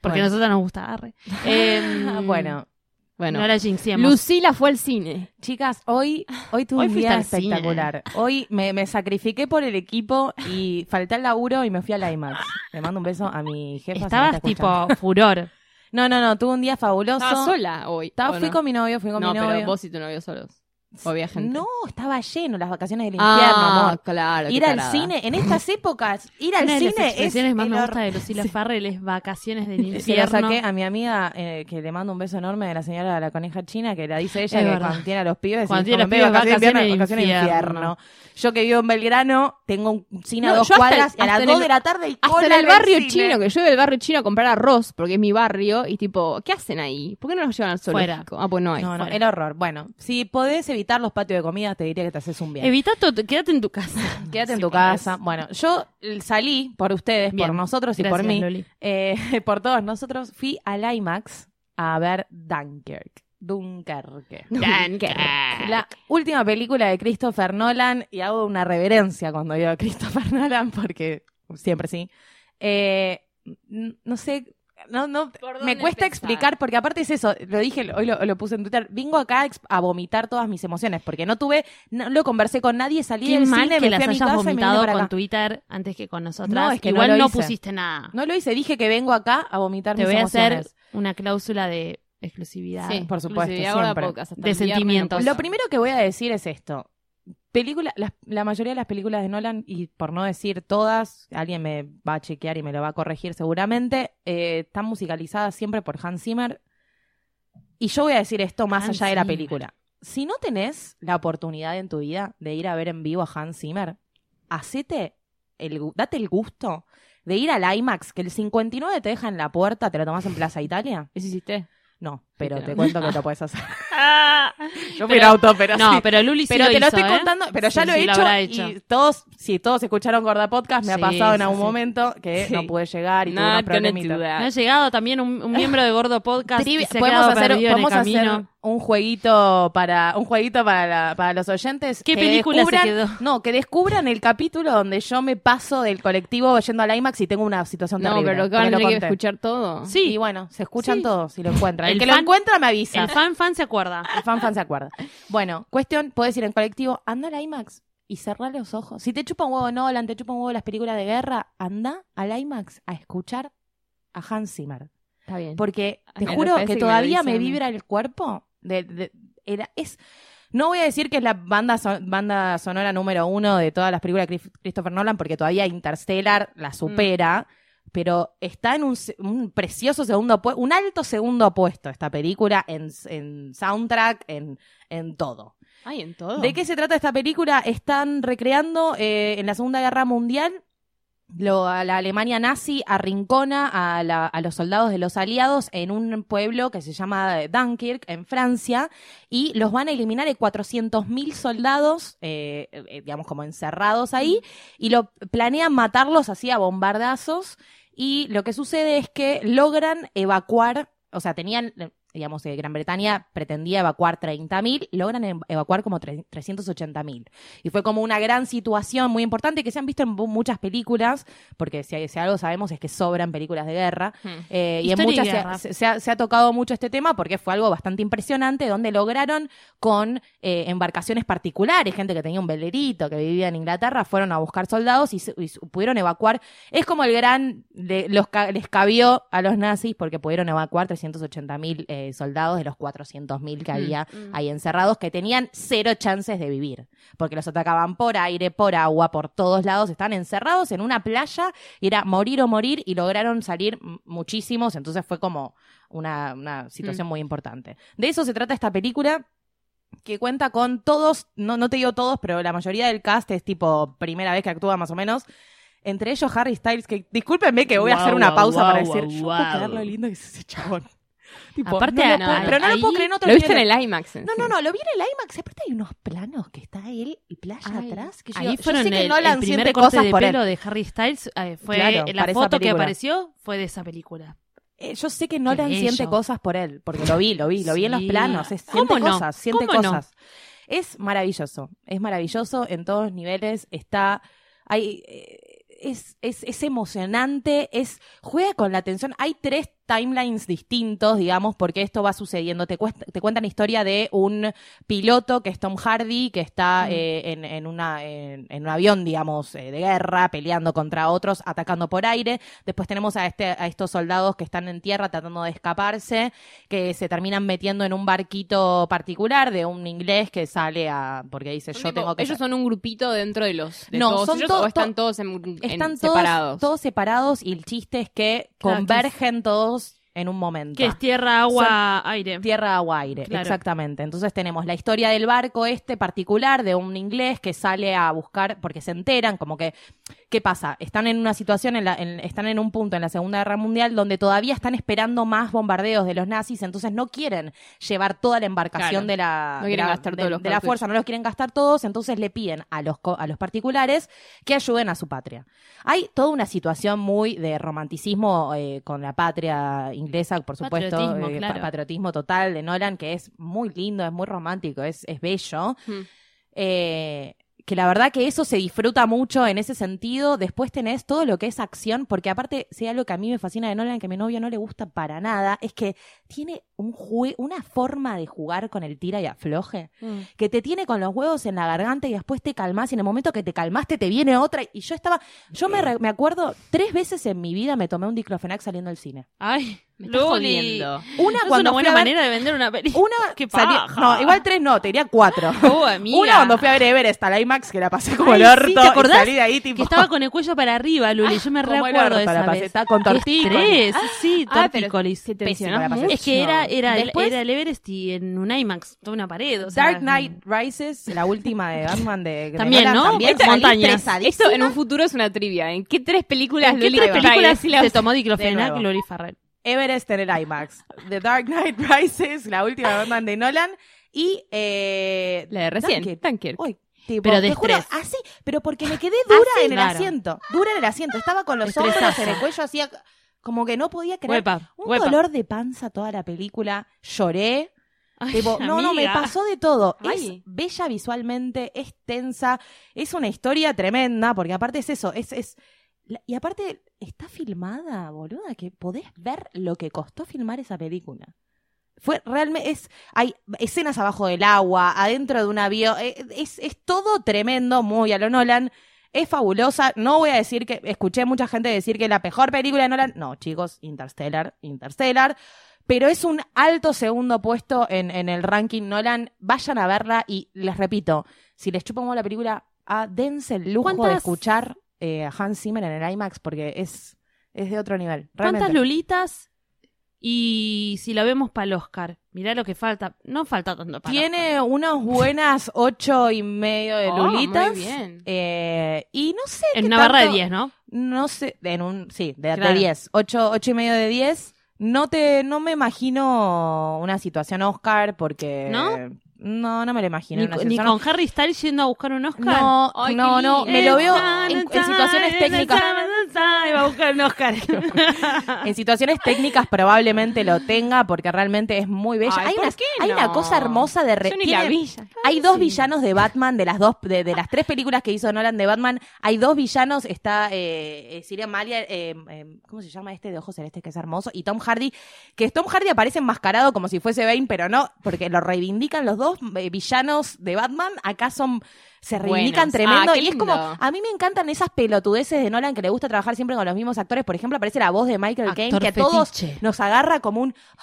S1: Porque
S2: Bueno.
S1: a nosotros nos gusta arre. Em,
S2: bueno,
S3: Bueno,
S1: No la jinxiemos.
S3: Lucila fue al cine.
S2: chicas, hoy, hoy tuve
S1: Hoy
S2: un
S1: fuiste
S2: día
S1: al cine.
S2: espectacular. Hoy me, me sacrifiqué por el equipo y falté al laburo y me fui a la IMAX. Le mando un beso a mi jefa. si me
S1: Estabas
S2: está escuchando.
S1: tipo furor.
S2: No, no, no, tuve un día fabuloso.
S3: Estaba sola hoy.
S2: Estaba-
S3: ¿o
S2: fui
S3: no?
S2: con mi novio, fui con
S3: No,
S2: mi
S3: pero
S2: novio.
S3: vos y tu novio solos. O había gente.
S2: No, estaba lleno las vacaciones del infierno,
S3: ah,
S2: amor.
S3: claro. qué
S2: ir al
S3: tarada.
S2: cine, en estas épocas, ir al
S1: Una de
S2: cine
S1: las
S2: es.
S1: expresiones más
S2: el
S1: me
S2: hor-
S1: gusta de Lucila Farrell es vacaciones del
S2: Se la
S1: infierno.
S2: saqué Ah, a mi amiga, eh, que le mando un beso enorme de la señora de la coneja china, que la dice ella
S1: Es
S2: que
S1: verdad.
S2: cuando tiene a los pibes,
S1: Cuando
S2: se
S1: tiene a los
S2: informa,
S1: pibes,
S2: "Vacaciones de invierno,
S1: vacaciones de
S2: vacaciones de
S1: infierno".
S2: infierno. Yo que vivo en Belgrano, tengo un cine a
S3: No,
S2: dos
S3: yo hasta
S2: cuadras
S3: el-
S2: y a
S3: hasta
S2: las
S3: en
S2: dos
S3: el-
S2: de la tarde y
S3: Hasta en
S2: cola
S3: el barrio
S2: cine.
S3: chino, que yo iba al barrio chino a comprar arroz, porque es mi barrio, y tipo, ¿qué hacen ahí? ¿Por qué no los llevan al
S1: Fuera.
S3: zoológico? Ah, pues no hay.
S2: No, no,
S3: Fuera.
S2: el horror. Bueno, si podés evitar los patios de comida, te diría que te haces un bien.
S1: Evita todo, quédate en tu casa.
S2: Quédate en
S1: Si
S2: tu
S1: podés.
S2: casa. Bueno, yo eh, salí por ustedes,
S1: Bien.
S2: por nosotros y por
S1: Gracias,
S2: mí.
S1: Loli.
S2: Eh, por todos nosotros, fui al IMAX a ver Dunkirk. Dunkerque. La última película de Christopher Nolan, y hago una reverencia cuando digo Christopher Nolan, porque siempre sí. Eh, n- no sé, no, no,
S3: ¿Por dónde
S2: me cuesta
S3: empezar?
S2: explicar, porque aparte es eso, lo dije, hoy lo, lo puse en Twitter, vengo acá a ex- a vomitar todas mis emociones, porque no tuve, no lo conversé con nadie, salí
S1: Qué
S2: del
S1: mal
S2: cine,
S1: que
S2: me fui
S1: las
S2: a mi
S1: hayas
S2: casa y me vine
S1: vomitado
S2: para acá.
S1: con Twitter antes que con nosotras.
S2: No, es que no
S1: Igual
S2: lo
S1: no,
S2: hice.
S1: pusiste nada.
S2: No lo hice, dije que vengo acá a vomitar
S1: Te
S2: mis
S1: voy a
S2: emociones.
S1: hacer una cláusula de exclusividad.
S3: Sí,
S2: por supuesto,
S3: Inclusive ahora
S2: siempre.
S3: podcast, hasta
S1: De
S3: el viernes no
S1: sentimientos.
S3: puedo.
S2: Lo primero que voy a decir es esto. Película, las- la mayoría de las películas de Nolan, y por no decir todas, alguien me va a chequear y me lo va a corregir seguramente, eh, están musicalizadas siempre por Hans Zimmer. Y yo voy a decir esto más
S1: Hans
S2: allá de la
S1: Zimmer.
S2: película. Si no tenés la oportunidad en tu vida de ir a ver en vivo a Hans Zimmer, hacete el, gu- date el gusto de ir al IMAX, que el 59 te deja en la puerta, te lo tomás en Plaza Italia.
S3: ¿Eso hiciste?
S2: No, pero te
S3: Literal.
S2: cuento que lo puedes hacer. Yo
S1: Pero-
S2: fui en auto, pero
S1: No,
S2: Ah, sí.
S1: pero Luli sí
S2: Pero te lo
S1: hizo,
S2: estoy
S1: ¿eh?
S2: contando, pero ya
S1: Sí,
S2: lo he
S1: sí,
S2: hecho,
S1: habrá
S2: y todos, si todos escucharon Gorda Podcast, me
S1: Sí,
S2: ha pasado en
S1: sí,
S2: algún
S1: sí.
S2: momento que
S3: Sí.
S2: no pude llegar y tuve unos
S3: Not gonna
S2: problemitas.
S3: do
S1: Me
S3: that.
S1: ha llegado también un, un miembro de Gordo Podcast
S2: Trivi-
S1: y se ha
S2: podemos
S1: quedado
S2: hacer,
S1: perdido en el
S2: podemos hacer
S1: camino.
S2: un jueguito para un jueguito para la- para los oyentes
S1: ¿Qué
S2: que
S1: película se
S2: descubran-
S1: quedó?
S2: no que descubran el capítulo donde yo me paso del colectivo yendo al IMAX y tengo una situación
S3: No,
S2: terrible
S3: pero
S2: porque
S3: van a
S2: lo
S3: tener que
S2: conté.
S3: escuchar todo.
S1: Sí.
S2: y bueno se escuchan
S1: Sí.
S2: todos si lo encuentran el,
S1: El
S2: que lo
S1: fan-
S2: encuentra me avisa
S1: El fan fan se acuerda.
S2: El fan fan se acuerda. Bueno, cuestión, podés ir en colectivo, anda al IMAX y cerrá los ojos. Si te chupa un huevo Nolan, te chupa un huevo las películas de guerra, anda al IMAX a escuchar a Hans Zimmer.
S3: Está bien.
S2: Porque te
S3: Ay, me
S2: juro que
S3: parece que me lo
S2: todavía me
S3: dicen.
S2: vibra el cuerpo. De, de- era- es, no voy a decir que es la banda, so- banda sonora número uno de todas las películas de Chris- Christopher Nolan, porque todavía Interstellar
S3: Mm.
S2: la supera. Pero está en un, se- un precioso segundo puesto, un alto segundo puesto esta película en, en soundtrack, en, en todo.
S3: Ay, en todo.
S2: ¿De qué se trata esta película? Están recreando eh, en la Segunda Guerra Mundial lo, a la Alemania nazi arrincona a, la- a los soldados de los aliados en un pueblo que se llama eh, Dunkirk, en Francia, y los van a eliminar de 400.000 soldados, eh, eh, digamos como encerrados ahí, y lo planean matarlos así a bombardazos, y lo que sucede es que logran evacuar, o sea, tenían, eh, digamos, eh, Gran Bretaña pretendía evacuar 30.000, logran ev- evacuar como tre- 380.000. Y fue como una gran situación muy importante que se han visto en bu- muchas películas, porque si, hay- si algo sabemos es que sobran películas de guerra.
S3: Hmm.
S2: Eh, y en
S1: Historia y
S2: muchas se ha-
S1: guerra.
S2: se, se ha, se ha tocado mucho este tema porque fue algo bastante impresionante donde lograron con eh, embarcaciones particulares, gente que tenía un velerito, que vivía en Inglaterra, fueron a buscar soldados y, se- y su- pudieron evacuar. Es como el gran, de, los, ca- les cabió a los nazis porque pudieron evacuar 380.000 mil eh, soldados de los 400.000 que
S3: Mm,
S2: había ahí encerrados que tenían cero chances de vivir, porque los atacaban por aire, por agua, por todos lados, estaban encerrados en una playa y era morir o morir y lograron salir m- muchísimos, entonces fue como una, una
S3: Mm.
S2: situación muy importante. De eso se trata esta película que cuenta con todos, no, no te digo todos, pero la mayoría del cast es tipo primera vez que actúa más o menos. Entre ellos Harry Styles, que discúlpenme que voy a
S1: Guau,
S2: hacer una
S1: guau,
S2: pausa para
S1: guau,
S2: decir, yo puedo
S1: guau.
S2: creer lo lindo que es ese chabón. Tipo,
S1: Aparte,
S2: no lo
S1: no,
S2: puedo-
S1: no,
S2: pero no lo
S1: ahí
S2: puedo creer, no te
S3: Lo viste en
S2: tiene.
S3: el IMAX.
S2: No, no, no, lo vi en el IMAX. Aparte hay unos planos que está él y playa
S3: Ay,
S2: atrás. Que yo,
S1: Ahí
S2: yo
S1: fueron
S2: sé que
S1: el,
S2: Nolan
S1: el
S2: siempre
S1: primer corte
S2: cosas
S1: de
S2: por él.
S1: pelo de Harry Styles. eh, fue
S2: Claro,
S1: la
S2: para esa
S1: foto que
S2: película.
S1: apareció fue de esa película.
S2: Eh, yo sé que Nolan
S1: Qué
S2: siente
S1: bello.
S2: cosas por él, porque lo vi, lo vi, lo vi en los
S1: Sí.
S2: planos. es- siente
S1: ¿Cómo no?
S2: cosas, siente
S1: ¿Cómo no?
S2: cosas. Es maravilloso, es maravilloso en todos niveles. Está. Hay, eh, es, es, es emocionante, es juega con la atención. Hay tres timelines distintos, digamos, porque esto va sucediendo. Te, cuesta- te cuentan la historia de un piloto que es Tom Hardy, que está
S1: Mm.
S2: eh, en, en una, en, en un avión, digamos, eh, de guerra, peleando contra otros, atacando por aire. Después tenemos a, este, a estos soldados que están en tierra tratando de escaparse, que se terminan metiendo en un barquito particular de un inglés que sale a. porque dice, yo tengo que.
S3: Ellos son un grupito dentro de los. De
S2: No,
S3: todos
S2: son
S3: ellos,
S2: to-
S3: o están
S2: to-
S3: todos en, en-
S2: están todos
S3: separados.
S2: separados. todos separados y el chiste es
S1: Claro,
S2: que
S1: que
S2: convergen todos en un momento.
S1: Que es tierra, agua, aire.
S2: Tierra agua aire,
S1: Claro.
S2: exactamente. Entonces tenemos la historia del barco este particular de un inglés que sale a buscar, porque se enteran, como que, ¿qué pasa? Están en una situación, en la- en- están en un punto en la Segunda Guerra Mundial donde todavía están esperando más bombardeos de los nazis, entonces no quieren llevar toda la embarcación
S3: Claro.
S2: de la,
S3: No
S2: de
S3: quieren
S2: la-
S3: gastar
S2: de-
S3: todos los
S2: de la
S3: cartuchos.
S2: fuerza, no los quieren gastar todos, entonces le piden a los, co- a los particulares que ayuden a su patria. Hay toda una situación muy de romanticismo eh, con la patria inglesa, por supuesto,
S1: Patriotismo,
S2: eh, pa-
S1: claro.
S2: patriotismo total de Nolan, que es muy lindo, es muy romántico, es, es bello.
S3: Hmm.
S2: Eh, que la verdad que eso se disfruta mucho en ese sentido. Después tenés todo lo que es acción, porque aparte, si hay algo que a mí me fascina de Nolan, que a mi novio no le gusta para nada, es que tiene un jue- una forma de jugar con el tira y afloje que te tiene con los huevos en la garganta y después te calmás y en el momento que te calmaste te viene otra y yo estaba, yo me, re- me acuerdo tres veces en mi vida me tomé un diclofenac saliendo del cine.
S1: Ay,
S3: Me estás
S1: Luli.
S3: jodiendo.
S2: Una
S1: Es
S2: cuando
S1: una
S2: fui
S1: buena
S2: a ver-
S1: manera de vender una película.
S2: una
S1: ¡Qué
S2: salí-
S1: paja!
S2: no, igual tres no, te diría cuatro.
S1: Oh, amiga.
S2: Una cuando fui a ver Everest, a la IMAX que la pasé como
S1: Ay,
S2: el
S1: sí,
S2: orto
S1: ¿te
S2: y
S1: acordás?
S2: salí de ahí tipo
S1: Que estaba con el cuello para arriba, Luli. Yo me
S2: como el
S1: recuerdo de
S2: orto, la
S1: esa
S2: pasé,
S1: vez.
S2: estaba con
S1: Qué
S2: tortícolis.
S1: estrés, sí,
S3: Ah, pero
S1: tortícolis.
S3: se te
S2: Pésimo
S3: mencionás
S2: la pasé.
S3: mucho.
S1: Es que era, era,
S2: Después-
S1: era el Everest y en un IMAX, toda una pared. o sea,
S2: Dark Knight Rises, la última de Batman de- de
S1: También,
S2: Nolan,
S1: ¿no?
S2: También
S1: Esta-
S2: salí
S1: montañas.
S3: Esto en
S2: estresadísima.
S3: un futuro es una trivia. ¿En qué tres películas
S1: ¿En qué
S3: Luli
S1: tres
S3: va?
S1: películas
S3: Ay, decílas-
S1: se tomó
S2: De
S1: diclofenac
S2: nuevo.
S1: Lori Farrell?
S2: Everest en el IMAX, The Dark Knight Rises, la última Batman de Nolan y eh,
S3: La de recién.
S2: Dunkirk.
S3: Dunkirk.
S2: Uy, tipo,
S1: Pero de
S2: te juro,
S1: estrés.
S2: así, pero porque me quedé dura
S1: Así,
S2: en el
S1: claro.
S2: asiento, dura en el asiento, estaba con los
S1: Estresaza.
S2: hombros en el cuello hacía como que no podía creer
S1: Huepa,
S2: un
S1: huepa.
S2: dolor de panza toda la película, lloré,
S1: Ay,
S2: Tipo, no, no, me
S1: amiga.
S2: pasó de todo.
S3: Ay.
S2: Es bella visualmente, es tensa, es una historia tremenda, porque aparte es eso, es, es la- y aparte está filmada, boluda, que podés ver lo que costó filmar esa película. Fue realmente, es, hay escenas abajo del agua, adentro de un avión, eh, es, es todo tremendo, muy a lo Nolan. Es fabulosa, no voy a decir que, escuché mucha gente decir que es la mejor película de Nolan, no, chicos, Interstellar, Interstellar, pero es un alto segundo puesto en, en el ranking Nolan. Vayan a verla y les repito, si les chupa un huevo la película, ah, dense el lujo de
S1: ¿Cuántas-
S2: escuchar eh, a Hans Zimmer en el IMAX porque es, es de otro nivel.
S1: ¿Cuántas
S2: realmente.
S1: lulitas? Y si la vemos para el Oscar, mirá lo que falta. No falta tanto para
S2: Tiene unas buenas ocho y medio de
S3: Oh, muy
S2: lulitas.
S3: bien.
S2: Eh, y no sé.
S1: En
S2: qué
S1: una barra de
S2: tanto-
S1: 10, ¿no?
S2: No sé. En un, sí, de, de
S1: Claro.
S2: 10. Ocho, ocho y medio de 10. No te, no me imagino una situación Oscar porque.
S1: ¿No?
S2: No, no me lo imagino.
S1: Ni,
S2: una
S1: co- ni
S2: situación
S1: con Harry Styles yendo a buscar un Oscar.
S2: No,
S3: Ay,
S2: no, no,
S3: qué lindo.
S2: Oh, me lo veo
S1: Está,
S2: en,
S1: está,
S2: en situaciones
S1: está,
S2: técnicas.
S1: está, y va a buscar un Oscar.
S2: En situaciones técnicas probablemente lo tenga porque realmente es muy bella.
S3: Ay,
S2: hay,
S3: ¿por
S2: una,
S3: qué
S2: hay una
S3: no?
S2: cosa hermosa de re-
S3: Yo ni
S2: tiene-
S3: la villa.
S2: Hay dos villanos de Batman, de las dos, de, de las tres películas que hizo Nolan de Batman, hay dos villanos, está eh, eh, Siria Malia, eh, eh, ¿cómo se llama este de ojos celestes que es hermoso? Y Tom Hardy, que Tom Hardy aparece enmascarado como si fuese Bane, pero no, porque lo reivindican los dos eh, villanos de Batman, acá son, se reivindican
S3: Buenos.
S2: tremendo,
S3: Ah, qué
S2: y es como,
S3: lindo.
S2: a mí me encantan esas pelotudeces de Nolan que le gusta trabajar siempre con los mismos actores, por ejemplo, aparece la voz de Michael Caine,
S1: Actor
S2: que a todos
S1: fetiche.
S2: nos agarra como un... ¡Ah!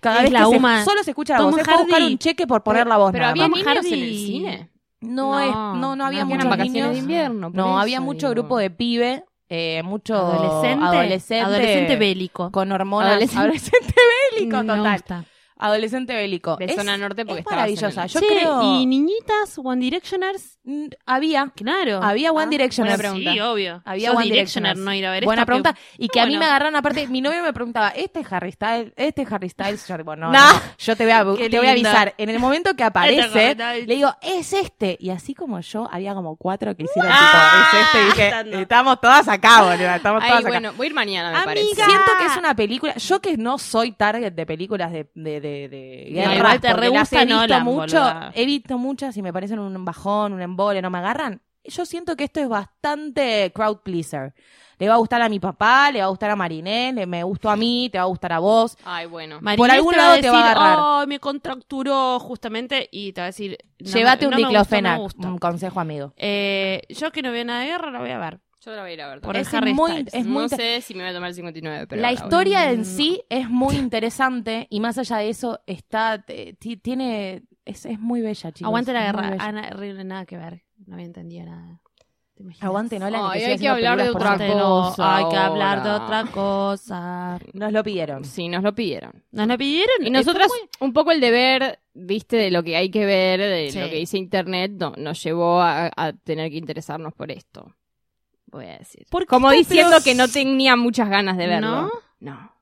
S2: Cada
S1: Es
S2: vez
S1: la
S2: que se-
S1: Uma-
S2: solo se escucha la
S1: Tom
S2: voz, es como buscar
S1: Hardy.
S2: un cheque por poner la voz.
S3: Pero
S2: nada
S3: había
S2: más.
S1: más.
S3: niños en el
S1: Hardy-
S3: cine.
S2: No,
S1: No,
S2: es, no, no había
S1: no,
S2: muchos
S3: Eran vacaciones de
S2: niños.
S3: invierno. por
S2: No,
S3: eso,
S2: había mucho
S3: digo.
S2: grupo de pibe, eh, mucho
S1: Adolescente,
S2: adolescente,
S1: adolescente bélico.
S2: con hormonas,
S1: Adolescente-
S2: adolescente, bélico,
S1: No me
S2: total.
S1: gusta.
S2: adolescente bélico.
S3: De
S2: es,
S3: zona norte porque
S2: es
S3: estabas en
S2: maravillosa.
S3: el-
S2: Yo
S1: Che,
S2: creo.
S1: y niñitas, One Directioners,
S2: Mm, Había.
S1: claro.
S2: Había One
S3: Ah,
S2: Directioners.
S3: buena pregunta.
S1: Sí, obvio.
S2: Había
S1: Yo
S2: One
S1: Directioner,
S2: Directioners.
S1: no ir a ver
S2: Buena
S1: esto,
S2: pregunta. Y que a mí
S1: bueno.
S2: me agarraron, aparte, mi novio me preguntaba, ¿este es Harry Styles? ¿Este es Harry Styles? Yo, tipo, no,
S1: No.
S2: no, no. yo te voy, a,
S1: Qué
S2: te voy a
S1: lindo.
S2: avisar. En el momento que aparece,
S1: Harry Styles.
S2: le digo, es este. Y así como yo, había como cuatro que hicieron,
S1: Ah,
S2: tipo, es este. Y
S1: estando.
S2: dije, estamos todas acá, boludo, estamos todas
S3: Ay,
S2: acá.
S3: bueno, voy a ir mañana, me
S1: Amiga.
S3: parece.
S2: Siento que es una película. Yo que no soy target de películas de, de, de, de guerra,
S1: igual te
S2: porque
S1: re
S2: las he
S1: gusta
S2: visto
S1: Nolan,
S2: mucho,
S1: boluda.
S2: he visto muchas y me parecen un bajón, un embole, no me agarran. Yo siento que esto es bastante crowd pleaser. Le va a gustar a mi papá, le va a gustar a Marinés, le, me gustó a mí, te va a gustar a vos.
S3: Ay, bueno.
S1: Marinés
S2: Por algún
S1: va
S2: lado te va a
S1: decir,
S2: agarrar.
S1: "Ay, me contracturó justamente y te va a decir. no
S2: Llévate
S1: me-
S2: un
S1: no me gustó,
S2: diclofenac,
S1: no me gustó.
S2: un consejo amigo.
S1: Eh, yo que no veo nada de guerra, la voy a ver.
S3: Yo la voy a ir a ver.
S1: Por
S3: también.
S1: el Harry
S2: muy-
S1: Styles.
S2: es muy
S3: no
S2: inter-
S3: sé si me voy a tomar el 59, pero
S2: la
S3: la voy.
S2: historia
S1: mm.
S2: en sí es muy interesante y más allá de eso está eh, ti- tiene es, es muy bella, chicos.
S1: Aguante la
S2: es muy
S1: guerra.
S2: bella.
S1: Ana, horrible, nada que ver. No había entendido nada. ¿Te imaginas?
S2: Aguante Nolan.
S3: Ay,
S2: sigue
S3: hay que
S2: haciendo
S3: hablar de
S2: películas por
S3: otra
S1: Aparte,
S2: siempre.
S1: no,
S3: cosa
S1: hay que hablar de
S3: ahora.
S1: otra cosa.
S2: Nos lo pidieron.
S3: Sí, nos lo pidieron.
S1: ¿Nos lo pidieron?
S3: Y nosotras, un poco el deber, viste, de lo que hay que ver, de
S1: Sí.
S3: lo que dice Internet, no- nos llevó a, a tener que interesarnos por esto. Voy a decir.
S1: ¿Por qué
S3: Como
S1: está-
S3: diciendo
S1: pero-
S3: que no tenía muchas ganas de verlo.
S1: ¿No?
S3: No.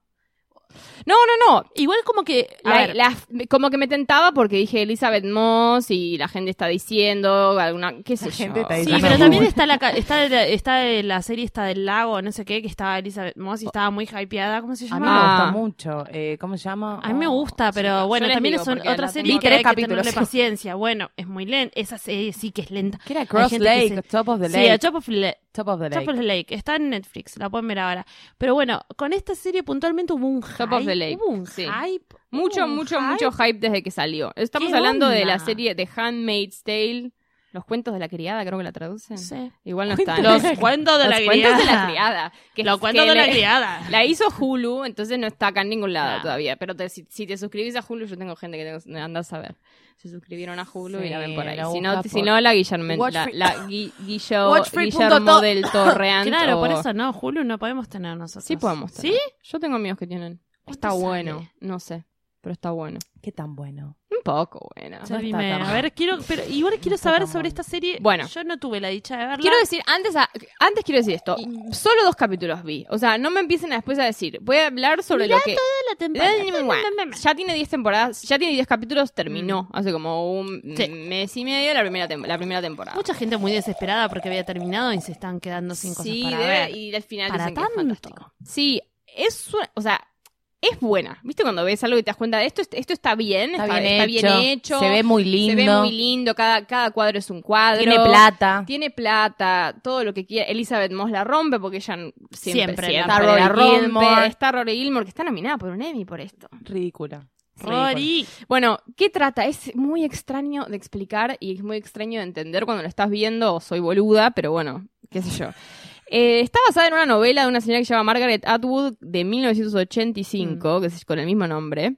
S3: No, no, no.
S1: Igual como que... a
S3: La-
S1: ver,
S3: la- como que me tentaba porque dije Elizabeth Moss y la gente está diciendo alguna, qué sé yo.
S2: gente está
S1: Sí,
S2: Esa
S1: pero
S2: no.
S1: también está la, ca- está, la, está la serie esta del lago, no sé qué, que estaba Elizabeth Moss y estaba muy hypeada. ¿Cómo se
S2: A mí
S1: llama?
S2: me
S3: Ah.
S2: gusta mucho. Eh, ¿Cómo se llama?
S1: A mí me
S2: Oh.
S1: gusta, pero
S3: yo
S1: bueno,
S3: les
S1: también
S3: digo
S1: es un-
S3: porque
S1: otra
S3: la
S1: serie
S3: vi
S1: que
S2: tres
S1: hay que
S2: capítulos.
S1: tenerle paciencia. Bueno, es muy lenta. Esa serie sí que es lenta.
S2: ¿Qué era Cross
S1: gente que se-
S2: Lake? Top of the
S1: Sí,
S2: Lake.
S1: a Top of, Le-
S2: Top of the Lake.
S1: Top of the Lake. Está en Netflix, la pueden ver ahora. Pero bueno, con esta serie puntualmente hubo un hype.
S3: Top of the Lake,
S1: Hubo un
S3: sí.
S1: hype. hubo
S3: Mucho,
S1: un
S3: mucho,
S1: hype.
S3: mucho hype desde que salió. Estamos
S1: ¿Qué
S3: hablando de
S1: onda?
S3: la serie The Handmaid's Tale, Los cuentos de la criada, creo que la traducen.
S1: No sé.
S3: Igual no están.
S1: Los cuentos de
S3: Los
S1: la
S3: cuentos de
S1: criada.
S3: la criada. Que
S1: Los
S3: que
S1: cuentos de la
S3: le-
S1: criada.
S3: La hizo Hulu, entonces no está acá en ningún lado
S1: Ah.
S3: todavía. Pero te- si, si te suscribís a Hulu, yo tengo gente que tengo, andas a ver. Se suscribieron a Hulu y la
S2: Sí,
S3: ven por ahí.
S2: la
S3: Si no,
S2: busca
S3: si
S2: por-
S3: no, la Guillermo,
S2: Watch
S3: la,
S2: free-
S3: la Gui- Guillo-
S2: Watch free punto
S3: Guillermo
S2: to-
S3: del Torreant.
S1: Claro, por
S3: o-
S1: eso no, Hulu no podemos tener nosotros.
S3: Sí podemos.
S1: ¿Sí?
S3: tener. Yo tengo amigos que tienen. Está
S1: sale?
S3: bueno, no sé, pero está bueno.
S2: Qué tan bueno.
S3: Un poco bueno.
S2: No está
S1: Servime.
S2: tan
S1: a ver, quiero, pero igual quiero
S2: está
S1: saber
S2: tan
S1: sobre
S2: bueno.
S1: esta serie.
S3: Bueno.
S1: yo no tuve la dicha de verla.
S3: Quiero decir, antes, a- antes quiero decir esto. Solo dos capítulos vi. O sea, no me empiecen a después a decir. Voy a hablar sobre lo que.
S1: la
S3: Ya tiene 10 temporadas, ya tiene 10 capítulos, terminó hace como un
S1: Sí.
S3: mes y medio la primera, tem- la primera temporada.
S1: Mucha gente muy desesperada porque había terminado y se están quedando sin cosas
S3: sí,
S1: para
S3: debe-
S1: ver.
S3: y al final
S1: Para
S3: dicen que
S1: tanto.
S3: es fantástico. Sí, es una- o sea, es buena. ¿Viste cuando ves algo y te das cuenta de esto? Esto está bien, está, está bien hecho,
S2: Se ve muy
S3: se
S2: lindo.
S3: ve muy lindo, cada, cada cuadro es un cuadro.
S2: Tiene plata.
S3: Tiene plata, todo lo que quiera. Elizabeth Moss la rompe porque ella n- siempre,
S1: Siempre
S3: siempre,
S1: la
S3: la,
S2: rompe.
S3: rompe.
S2: Gilmore.
S3: Está Rory Gilmore, que está nominada por un Emmy por esto.
S2: Ridícula.
S1: Rory,
S3: Bueno, ¿qué trata? Es muy extraño de explicar y es muy extraño de entender cuando lo estás viendo. o Soy boluda, pero bueno, qué sé yo. Eh, está basada en una novela de una señora que se llama Margaret Atwood de
S1: Mm.
S3: 1985, que es con el mismo nombre.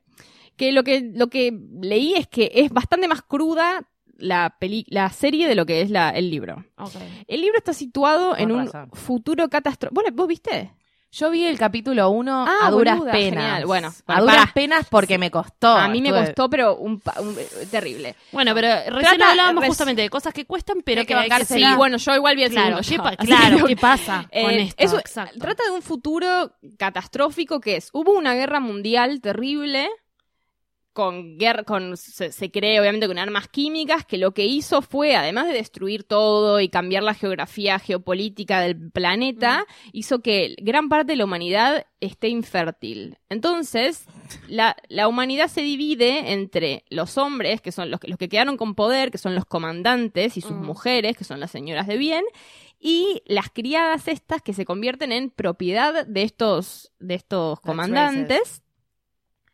S3: Que lo que, lo que leí es que es bastante más cruda la, peli la serie de lo que es la, el libro.
S1: Ok.
S3: El libro está situado
S2: Con
S3: en un
S2: razón.
S3: futuro catastrófico. ¿Vos viste?
S2: Yo vi el capítulo 1
S3: Ah,
S2: a duras
S3: boluda,
S2: penas.
S3: genial. Bueno,
S2: a
S3: pará.
S2: duras penas porque me costó.
S3: A mí me
S2: Estuve-
S3: costó, pero un, pa- un- eh, terrible.
S1: Bueno, pero recién
S3: Trata-
S1: hablábamos
S3: res-
S1: justamente de cosas que cuestan, pero
S2: Hay que
S1: que, hay que
S2: bancársela.
S3: Sí,
S1: seguir.
S3: bueno, yo igual vi el
S1: claro, ¿qué,
S3: segundo
S1: pa-
S3: ya, así
S1: claro,
S3: que no-
S1: ¿qué pasa con
S3: Eh,
S1: esto?
S3: eso-
S1: Exacto.
S3: Trata de un futuro catastrófico que es, hubo una guerra mundial terrible con guerra, con se, se cree obviamente con armas químicas que lo que hizo fue además de destruir todo y cambiar la geografía geopolítica del planeta, hizo que gran parte de la humanidad esté infértil. Entonces, la, la humanidad se divide entre los hombres, que son los, que- los que quedaron con poder, que son los comandantes, y sus
S1: Mm.
S3: mujeres, que son las señoras de bien, y las criadas estas que se convierten en propiedad de estos, de estos comandantes.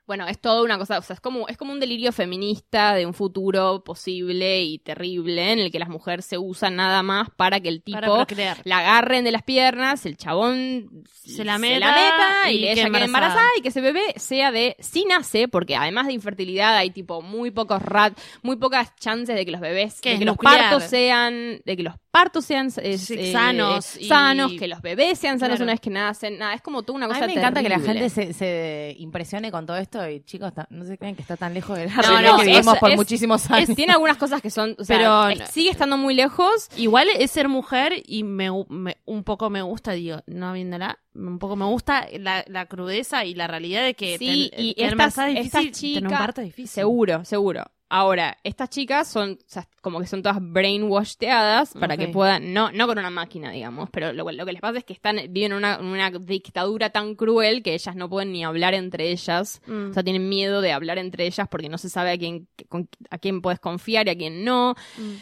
S3: Bueno, es toda una cosa, o sea, es como, es como un delirio feminista de un futuro posible y terrible en el que las mujeres se usan nada más para que el tipo
S1: para procrear.
S3: la agarren de las piernas, el chabón
S1: Se la meta
S3: y,
S1: y quede
S3: ella quede
S1: embarazada.
S3: embarazada y que ese bebé sea de si nace, porque además de infertilidad hay tipo muy pocos rat, muy pocas chances de que los bebés,
S1: Que
S3: de
S1: es
S3: que los
S1: nuclear.
S3: partos sean, de que los partos sean eh,
S1: Sí,
S3: eh,
S1: sanos y-
S3: sanos, que los bebés sean sanos
S1: Claro.
S3: una vez que nacen, nada, es como toda una
S2: A mí
S3: cosa
S2: me encanta que la
S3: terrible.
S2: gente se, se impresione con todo esto y chicos, ta- no se crean que está tan lejos de la
S3: No,
S2: realidad
S3: no,
S2: que
S3: es-
S2: vivimos por
S3: es-
S2: muchísimos
S3: Es-
S2: años.
S3: tiene algunas cosas que son, o sea,
S1: Pero-
S3: es- sigue estando muy lejos.
S1: Igual es ser mujer y me, me- un poco me gusta, digo, no viéndola, un poco me gusta la, la crudeza y la realidad de que
S3: Sí,
S1: ten- tener
S3: y estas-
S1: embarazada es
S3: estas
S1: difícil, tener un
S3: chicas-
S1: parto es difícil.
S3: Seguro, seguro. Ahora, estas chicas son, o sea, como que son todas brainwasheadas para
S2: Ok.
S3: que puedan, no, no con una máquina, digamos, pero lo, lo que les pasa es que están, viven en una, en una dictadura tan cruel que ellas no pueden ni hablar entre ellas.
S1: Mm.
S3: O sea, tienen miedo de hablar entre ellas porque no se sabe a quién, con- a quién puedes confiar y a quién no.
S1: Mm.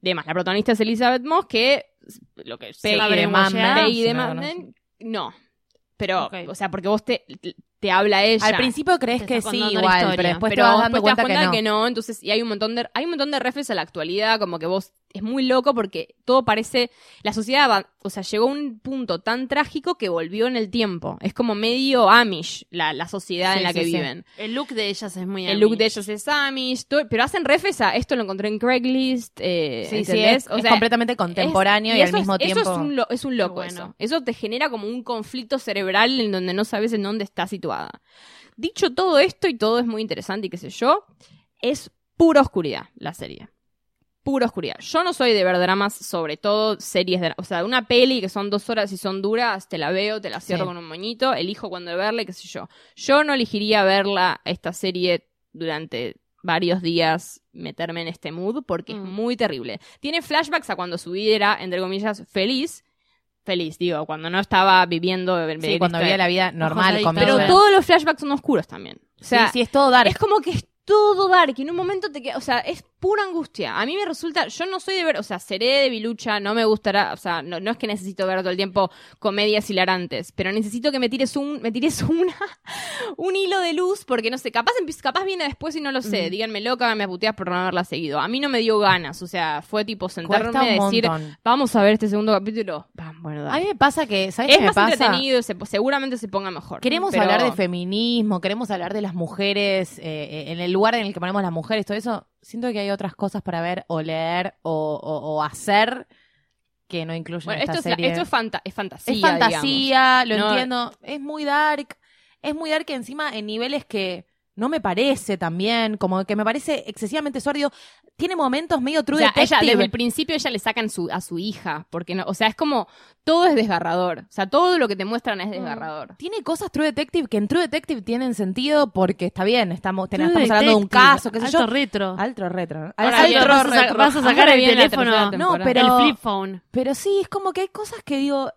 S3: Demás, la protagonista es Elizabeth Moss, que lo que
S2: Peggy
S1: la
S3: de
S2: de
S1: Mad
S2: Mad Men,
S3: Peggy
S2: si
S3: de
S2: no la
S3: Mad
S2: conocen.
S3: Men, no. Pero,
S1: Ok.
S3: o sea, porque vos te, te- te habla ella.
S2: Al principio crees
S1: Te
S2: que
S1: está
S2: sí,
S1: contando la
S2: igual,
S1: historia,
S2: pero después te
S3: pero
S2: vas
S3: después
S2: dando
S3: te das
S2: cuenta, que, no.
S3: de entonces, y hay un montón de, hay un montón de refes a la actualidad, como que vos, es muy loco porque todo parece, la sociedad, avan- o sea, llegó a un punto tan trágico que volvió en el tiempo. Es como medio Amish la, la sociedad
S2: Sí,
S3: en la
S2: sí,
S3: que
S2: sí.
S3: viven.
S1: El look de ellas es muy
S3: El look
S1: amish.
S3: de ellos es Amish, todo- pero hacen refes a, esto lo encontré en Craigslist, eh,
S2: Sí, sí,
S3: ¿entendés?
S2: es,
S3: O
S2: es
S3: sea,
S2: completamente
S3: es-
S2: contemporáneo y, al
S3: eso es-
S2: mismo tiempo.
S3: Eso es un, lo- es un loco,
S1: bueno.
S3: eso. Eso te genera como un conflicto cerebral en donde no sabes en dónde está situada. Dicho todo esto, y todo es muy interesante y qué sé yo, es pura oscuridad la serie. Pura oscuridad. Yo no soy de ver dramas, sobre todo series de... O sea, una peli que son dos horas y son duras, te la veo, te la cierro
S2: Sí.
S3: con un moñito, elijo cuando verla, y qué sé yo. Yo no elegiría verla, esta serie, durante varios días meterme en este mood porque es
S1: Mm.
S3: muy terrible. Tiene flashbacks a cuando su vida era, entre comillas, feliz. Feliz, digo, cuando no estaba viviendo... el-
S2: Sí,
S3: el-
S2: cuando había la vida normal,
S1: ahí,
S2: comida.
S3: Pero
S1: Bueno.
S3: todos los flashbacks son oscuros también. O sea,
S2: sí, sí, es todo dark.
S3: es como que es todo dark. Y en un momento te queda. O sea, es pura angustia. A mí me resulta. Yo no soy de ver. O sea, seré de bilucha. No me gustará. O sea, no, no es que necesito ver todo el tiempo comedias hilarantes. Pero necesito que me tires un. Me tires una. Un hilo de luz. Porque no sé. Capaz, empi- capaz viene después y no lo sé.
S1: Mm.
S3: Díganme loca. Me puteas por no haberla seguido. A mí no me dio ganas. O sea, fue tipo sentarme
S2: Cuesta un
S3: a decir.
S2: montón.
S3: Vamos a ver este segundo capítulo. Vamos, bueno, dale.
S2: A mí me pasa que, ¿sabes
S3: Es
S2: qué me
S3: más
S2: pasa?
S3: entretenido, se- seguramente se ponga mejor.
S2: Queremos
S3: Pero-
S2: hablar de feminismo, queremos hablar de las mujeres, eh, eh, en el lugar en el que ponemos las mujeres, todo eso. Siento que hay otras cosas para ver o leer o, o- o hacer que no incluyen
S3: Bueno,
S2: esta
S3: esto es, la-
S2: serie.
S3: esto es, fanta- es fantasía.
S2: Es fantasía, lo
S3: No-
S2: entiendo. Es muy dark. Es muy dark encima en niveles que no me parece también, como que me parece excesivamente sordio. Tiene momentos medio true
S3: O sea, ella,
S2: detective.
S3: desde el principio ella le sacan su, a su hija, porque no, o sea, es como todo es desgarrador, o sea, todo lo que te muestran
S1: Mm.
S3: es desgarrador.
S2: Tiene cosas True Detective que en True Detective tienen sentido porque está bien, estamos, ten-
S1: True
S2: estamos hablando de un
S1: detective,
S2: caso, qué sé
S1: alto
S2: yo. Ah,
S1: retro.
S2: Altro retro. ¿no?
S3: Ahora
S2: Alto
S3: bien,
S2: retro.
S1: vas a saca-
S3: retro.
S1: vas a sacar
S3: Ahora
S1: el
S3: viene la
S1: teléfono.
S3: tercera
S1: No,
S3: temporada.
S2: pero-
S1: El flip phone.
S2: Pero sí, es como que hay cosas que digo,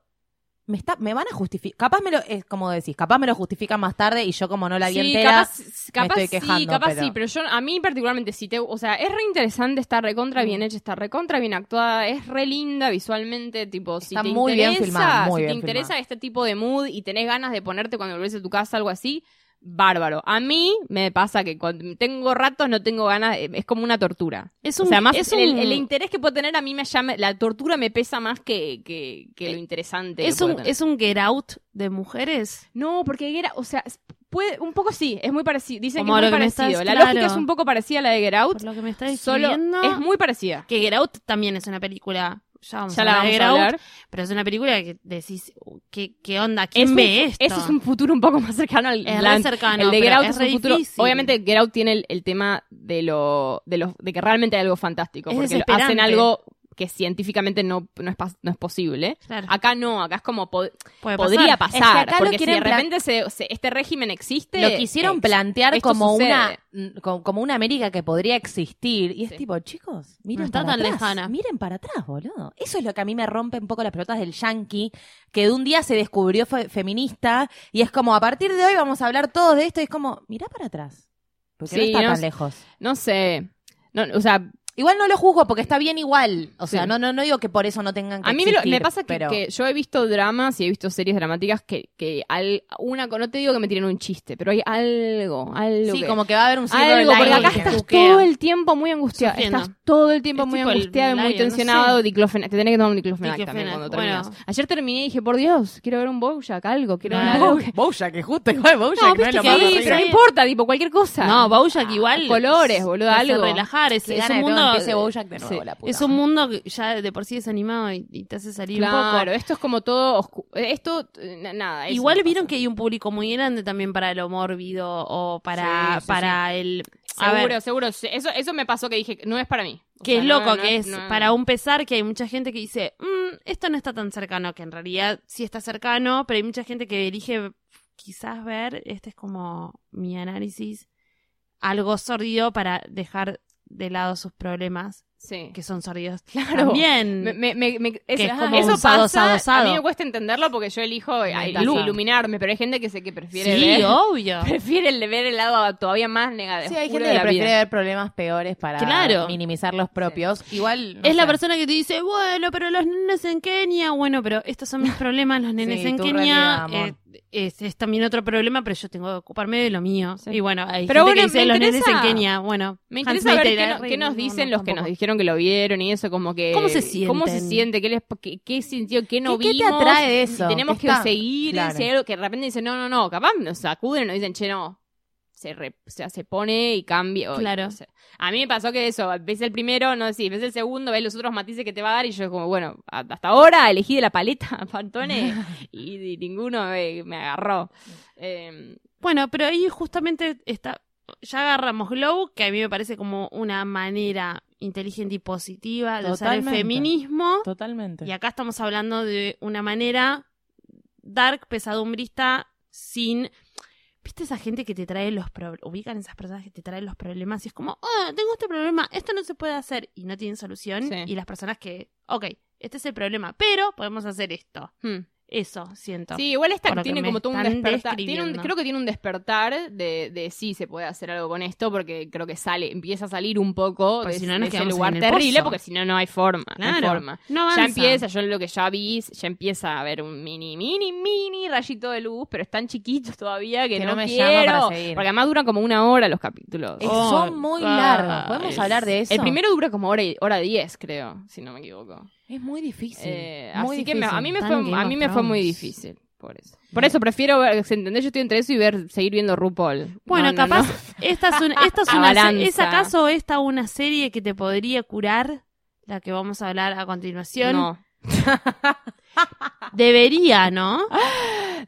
S2: me está, me van a justificar. Capaz me lo, es como decís, capaz me lo justifican más tarde y yo como no la vi
S3: sí,
S2: entera.
S3: capaz, capaz
S2: estoy
S3: sí,
S2: quejando,
S3: capaz
S2: pero-
S3: sí, pero yo a mí particularmente sí te, o sea, es re interesante, está recontra bien
S2: Mm.
S3: hecha, está recontra bien actuada, es re linda visualmente, tipo, si
S2: Está
S3: te
S2: muy bien
S3: interesa,
S2: filmada, muy
S3: si
S2: bien
S3: te interesa
S2: filmada.
S3: este tipo de mood y tenés ganas de ponerte cuando volvés a tu casa algo así, bárbaro. A mí me pasa que cuando tengo ratos no tengo ganas, eh, es como una tortura.
S1: Es
S3: o
S1: un,
S3: sea, más
S1: es
S3: el,
S1: un-
S3: el interés que puedo tener a mí me llama, la tortura me pesa más que, que, que
S2: Eh,
S3: lo interesante. que
S1: es
S3: puede
S1: un,
S3: tener.
S1: es un get out de mujeres.
S3: No, porque era, o sea, es- puede, un poco sí, es muy parecido. Dicen
S1: Como
S3: que es
S1: lo
S3: muy
S1: que me
S3: parecido.
S1: estás-
S3: la
S1: claro.
S3: lógica es un poco parecida a la de Get Out,
S1: Por lo que me está
S3: solo
S1: diciendo.
S3: es muy parecida.
S1: Que Get Out también es una película. Ya, vamos
S3: Ya
S1: a
S3: la
S1: hablar de
S3: vamos
S1: Get
S3: a
S1: Out,
S3: hablar.
S1: Pero es una película que decís, ¿qué, qué onda? ¿Quién
S3: un-
S1: ve esto?
S3: Ese es un futuro un poco más cercano al
S1: Es re
S3: la-
S1: cercano,
S3: el de Get
S1: pero
S3: Out
S1: es
S3: es,
S1: re
S3: un futuro.
S1: difícil.
S3: Obviamente, Get Out tiene el, el tema de lo, de los, de que realmente hay algo fantástico,
S1: Es
S3: porque lo- hacen
S1: desesperante.
S3: algo que científicamente no, no, es, pas- no es posible.
S1: Claro,
S3: Acá no, acá es como po-
S1: puede
S3: podría
S1: pasar.
S3: pasar,
S2: Es que acá lo
S3: porque si
S2: quieren
S3: de
S2: pla-
S3: repente se- se- este régimen existe,
S2: lo quisieron
S3: eh,
S2: plantear
S3: esto
S2: como
S3: sucede.
S2: una mm, co- como una América que podría existir y es
S3: Sí.
S2: tipo chicos miren
S1: No está
S2: para
S1: tan
S2: atrás
S1: lejana.
S2: miren para atrás boludo eso es lo que a mí me rompe un poco las pelotas del yankee que de un día se descubrió fe- feminista y es como a partir de hoy vamos a hablar todos de esto y es como mirá para atrás porque no
S3: Sí,
S2: está
S3: no
S2: tan
S3: sé.
S2: lejos
S3: no sé. No, o sea,
S2: igual no lo juzgo porque está bien igual o sea
S3: Sí.
S2: no no no digo que por eso no tengan que
S3: A mí me, lo- me
S2: existir,
S3: pasa que,
S2: pero-
S3: que yo he visto dramas y he visto series dramáticas que, que al, una, no te digo que me tiren un chiste, pero hay algo, algo.
S2: sí
S3: que-
S2: como que va a haber un silver
S3: algo, porque
S1: lining
S3: acá
S1: que
S3: estás
S1: juquea.
S3: todo el tiempo muy angustiada.
S1: Sufriendo.
S3: Estás todo el tiempo
S1: Es
S3: muy
S1: tipo el
S3: angustiada, muy
S1: Lion, no
S3: tensionado,
S1: sé.
S3: diclofenac. Te tenés que tomar un diclofenac, también
S1: Diclofenac,
S3: cuando
S1: bueno.
S3: terminas. Ayer terminé y dije, por Dios, quiero ver un Bojack, algo, quiero ver
S1: No,
S3: algo que...
S2: Bouya, que justo igual Bouya,
S3: No,
S2: que no es
S3: viste
S2: lo
S3: que
S2: más
S3: sí,
S1: horrible.
S3: pero no
S1: Sí.
S3: importa, tipo, cualquier cosa.
S1: No, Bojack igual.
S3: Ah, Colores, boludo,
S1: te hace
S3: algo.
S1: relajar. Es,
S2: Qué
S1: es
S2: gana
S1: un
S2: de que
S1: mundo.
S2: empiece Bojack de nuevo,
S3: sí.
S2: la puta
S1: Es un
S2: madre.
S1: mundo que ya de por sí es animado y, y te hace salir un
S3: Claro,
S1: poco.
S3: esto es como todo oscu- Esto, eh, na- nada. eso
S1: Igual
S3: me
S1: vieron
S3: pasa.
S1: que hay un público muy grande también para lo mórbido o
S3: Sí,
S1: para,
S3: sí,
S1: para el. a ver,
S3: Seguro, seguro. se- Eso, eso me pasó que dije, no es para mí. O
S1: que
S3: sea,
S1: es
S3: no,
S1: loco,
S3: no
S1: que es
S3: no-
S1: para un pesar que hay mucha gente que dice, "Mm, esto no está tan cercano, que en realidad sí está cercano, pero hay mucha gente que elige quizás ver, este es como mi análisis, algo sordido para dejar de lado sus problemas,
S3: Sí.
S1: que son sordidos
S3: Claro.
S1: también.
S3: Me- me- me- me- eso,
S1: es como
S3: eso
S1: un sado,
S3: pasa,
S1: sado, sado.
S3: A mí me cuesta entenderlo porque yo elijo a-
S1: encanta.
S3: iluminarme, pero hay gente que sé que prefiere
S1: sí,
S3: ver,
S1: obvio.
S3: prefiere el- ver el lado todavía más
S2: Sí,
S3: negativo.
S2: hay gente
S3: Ah, de
S2: que
S3: la
S2: prefiere
S3: vida.
S2: ver problemas peores para
S1: Claro.
S2: minimizar los propios. Igual. no
S1: es la
S2: sé.
S1: persona que te dice, bueno, pero los nenes en Kenia, bueno, pero estos son mis problemas, los nenes
S2: Sí,
S1: en
S2: tu
S1: Kenia,
S2: realidad, amor.
S1: eh, es, es también otro problema, pero yo tengo que ocuparme de lo mío.
S3: Sí.
S1: Y bueno, hay
S3: Pero
S1: gente
S3: bueno,
S1: que dice,
S3: me
S1: los nenes en
S3: interesa-
S1: Kenia, bueno.
S3: Me
S1: Hans
S3: interesa ver
S1: Meiter,
S3: qué, no-
S1: Harry,
S3: qué nos
S1: no,
S3: dicen
S1: no,
S3: los que nos
S1: tampoco.
S3: dijeron que lo vieron y eso, como que.
S1: ¿Cómo se
S3: ¿Cómo se
S1: sienten?
S3: siente? ¿Qué, les, qué, qué sintió? ¿Qué no
S2: ¿Qué- qué te
S3: vimos?
S2: atrae de eso?
S3: Si tenemos
S2: ¿Qué
S3: que
S2: está?
S3: seguir,
S2: Claro.
S3: si hay algo que de repente dicen, no, no, no, capaz nos sacuden y nos dicen, che, no. Se, re- o sea, se pone y cambia. o-
S1: Claro.
S3: o sea, a mí me pasó que eso, ves el primero, no sé, ves el segundo, ves los otros matices que te va a dar y yo como, bueno, a- hasta ahora elegí de la paleta Pantone y, y ninguno eh, me agarró. Eh,
S1: Bueno, pero ahí justamente está. Ya agarramos Glow, que a mí me parece como una manera inteligente y positiva de usar el
S2: Totalmente.
S1: feminismo.
S2: Totalmente.
S1: Y acá estamos hablando de una manera dark, pesadumbrista, sin. ¿Viste esa gente que te trae los problemas? Ubican esas personas que te traen los problemas y es como, oh, tengo este problema, esto no se puede hacer y no tienen solución.
S3: Sí.
S1: Y las personas que, ok, este es el problema, pero podemos hacer esto.
S3: hmm.
S1: Eso, siento.
S3: Sí, igual esta
S1: por lo que
S3: tiene
S1: me
S3: como todo un
S1: están
S3: despertar. Tiene un-
S1: describiendo.
S3: creo que tiene un despertar de, de sí se puede hacer algo con esto, porque creo que sale, empieza a salir un poco
S1: Porque
S3: de,
S1: si no nos
S3: de ese
S1: quedamos
S3: lugar
S1: en el
S3: terrible,
S1: pozo.
S3: porque si no, no hay forma. no hay forma.
S1: No
S3: Ya
S1: avanza.
S3: empieza, yo lo que ya vi, ya empieza a haber un mini, mini, mini rayito de luz, pero es tan chiquito todavía que,
S2: Que
S3: no,
S2: no me
S3: quiero.
S2: llama para seguir.
S3: Porque además duran como una hora los capítulos.
S2: Es-
S1: Oh,
S2: son muy
S1: God.
S2: largos. ¿Podemos hablar de eso?
S3: ah, El primero dura como hora, y- hora diez, creo, si no me equivoco.
S2: Es muy difícil.
S3: Eh,
S2: muy
S3: así que me- a
S2: difícil.
S3: mí me
S1: Tan
S3: fue,
S1: Game
S3: a
S1: of
S3: mí me fue muy
S1: Thrones.
S3: difícil por eso. Por eso prefiero ver, ¿se entendés? Yo estoy entre eso y ver seguir viendo RuPaul.
S1: Bueno,
S3: No, no,
S1: capaz,
S3: no.
S1: Esta es una, esta es,
S3: La
S1: una se-
S3: balanza.
S1: ¿es acaso esta una serie que te podría curar? La que vamos a hablar a continuación.
S3: No.
S1: Debería, ¿no?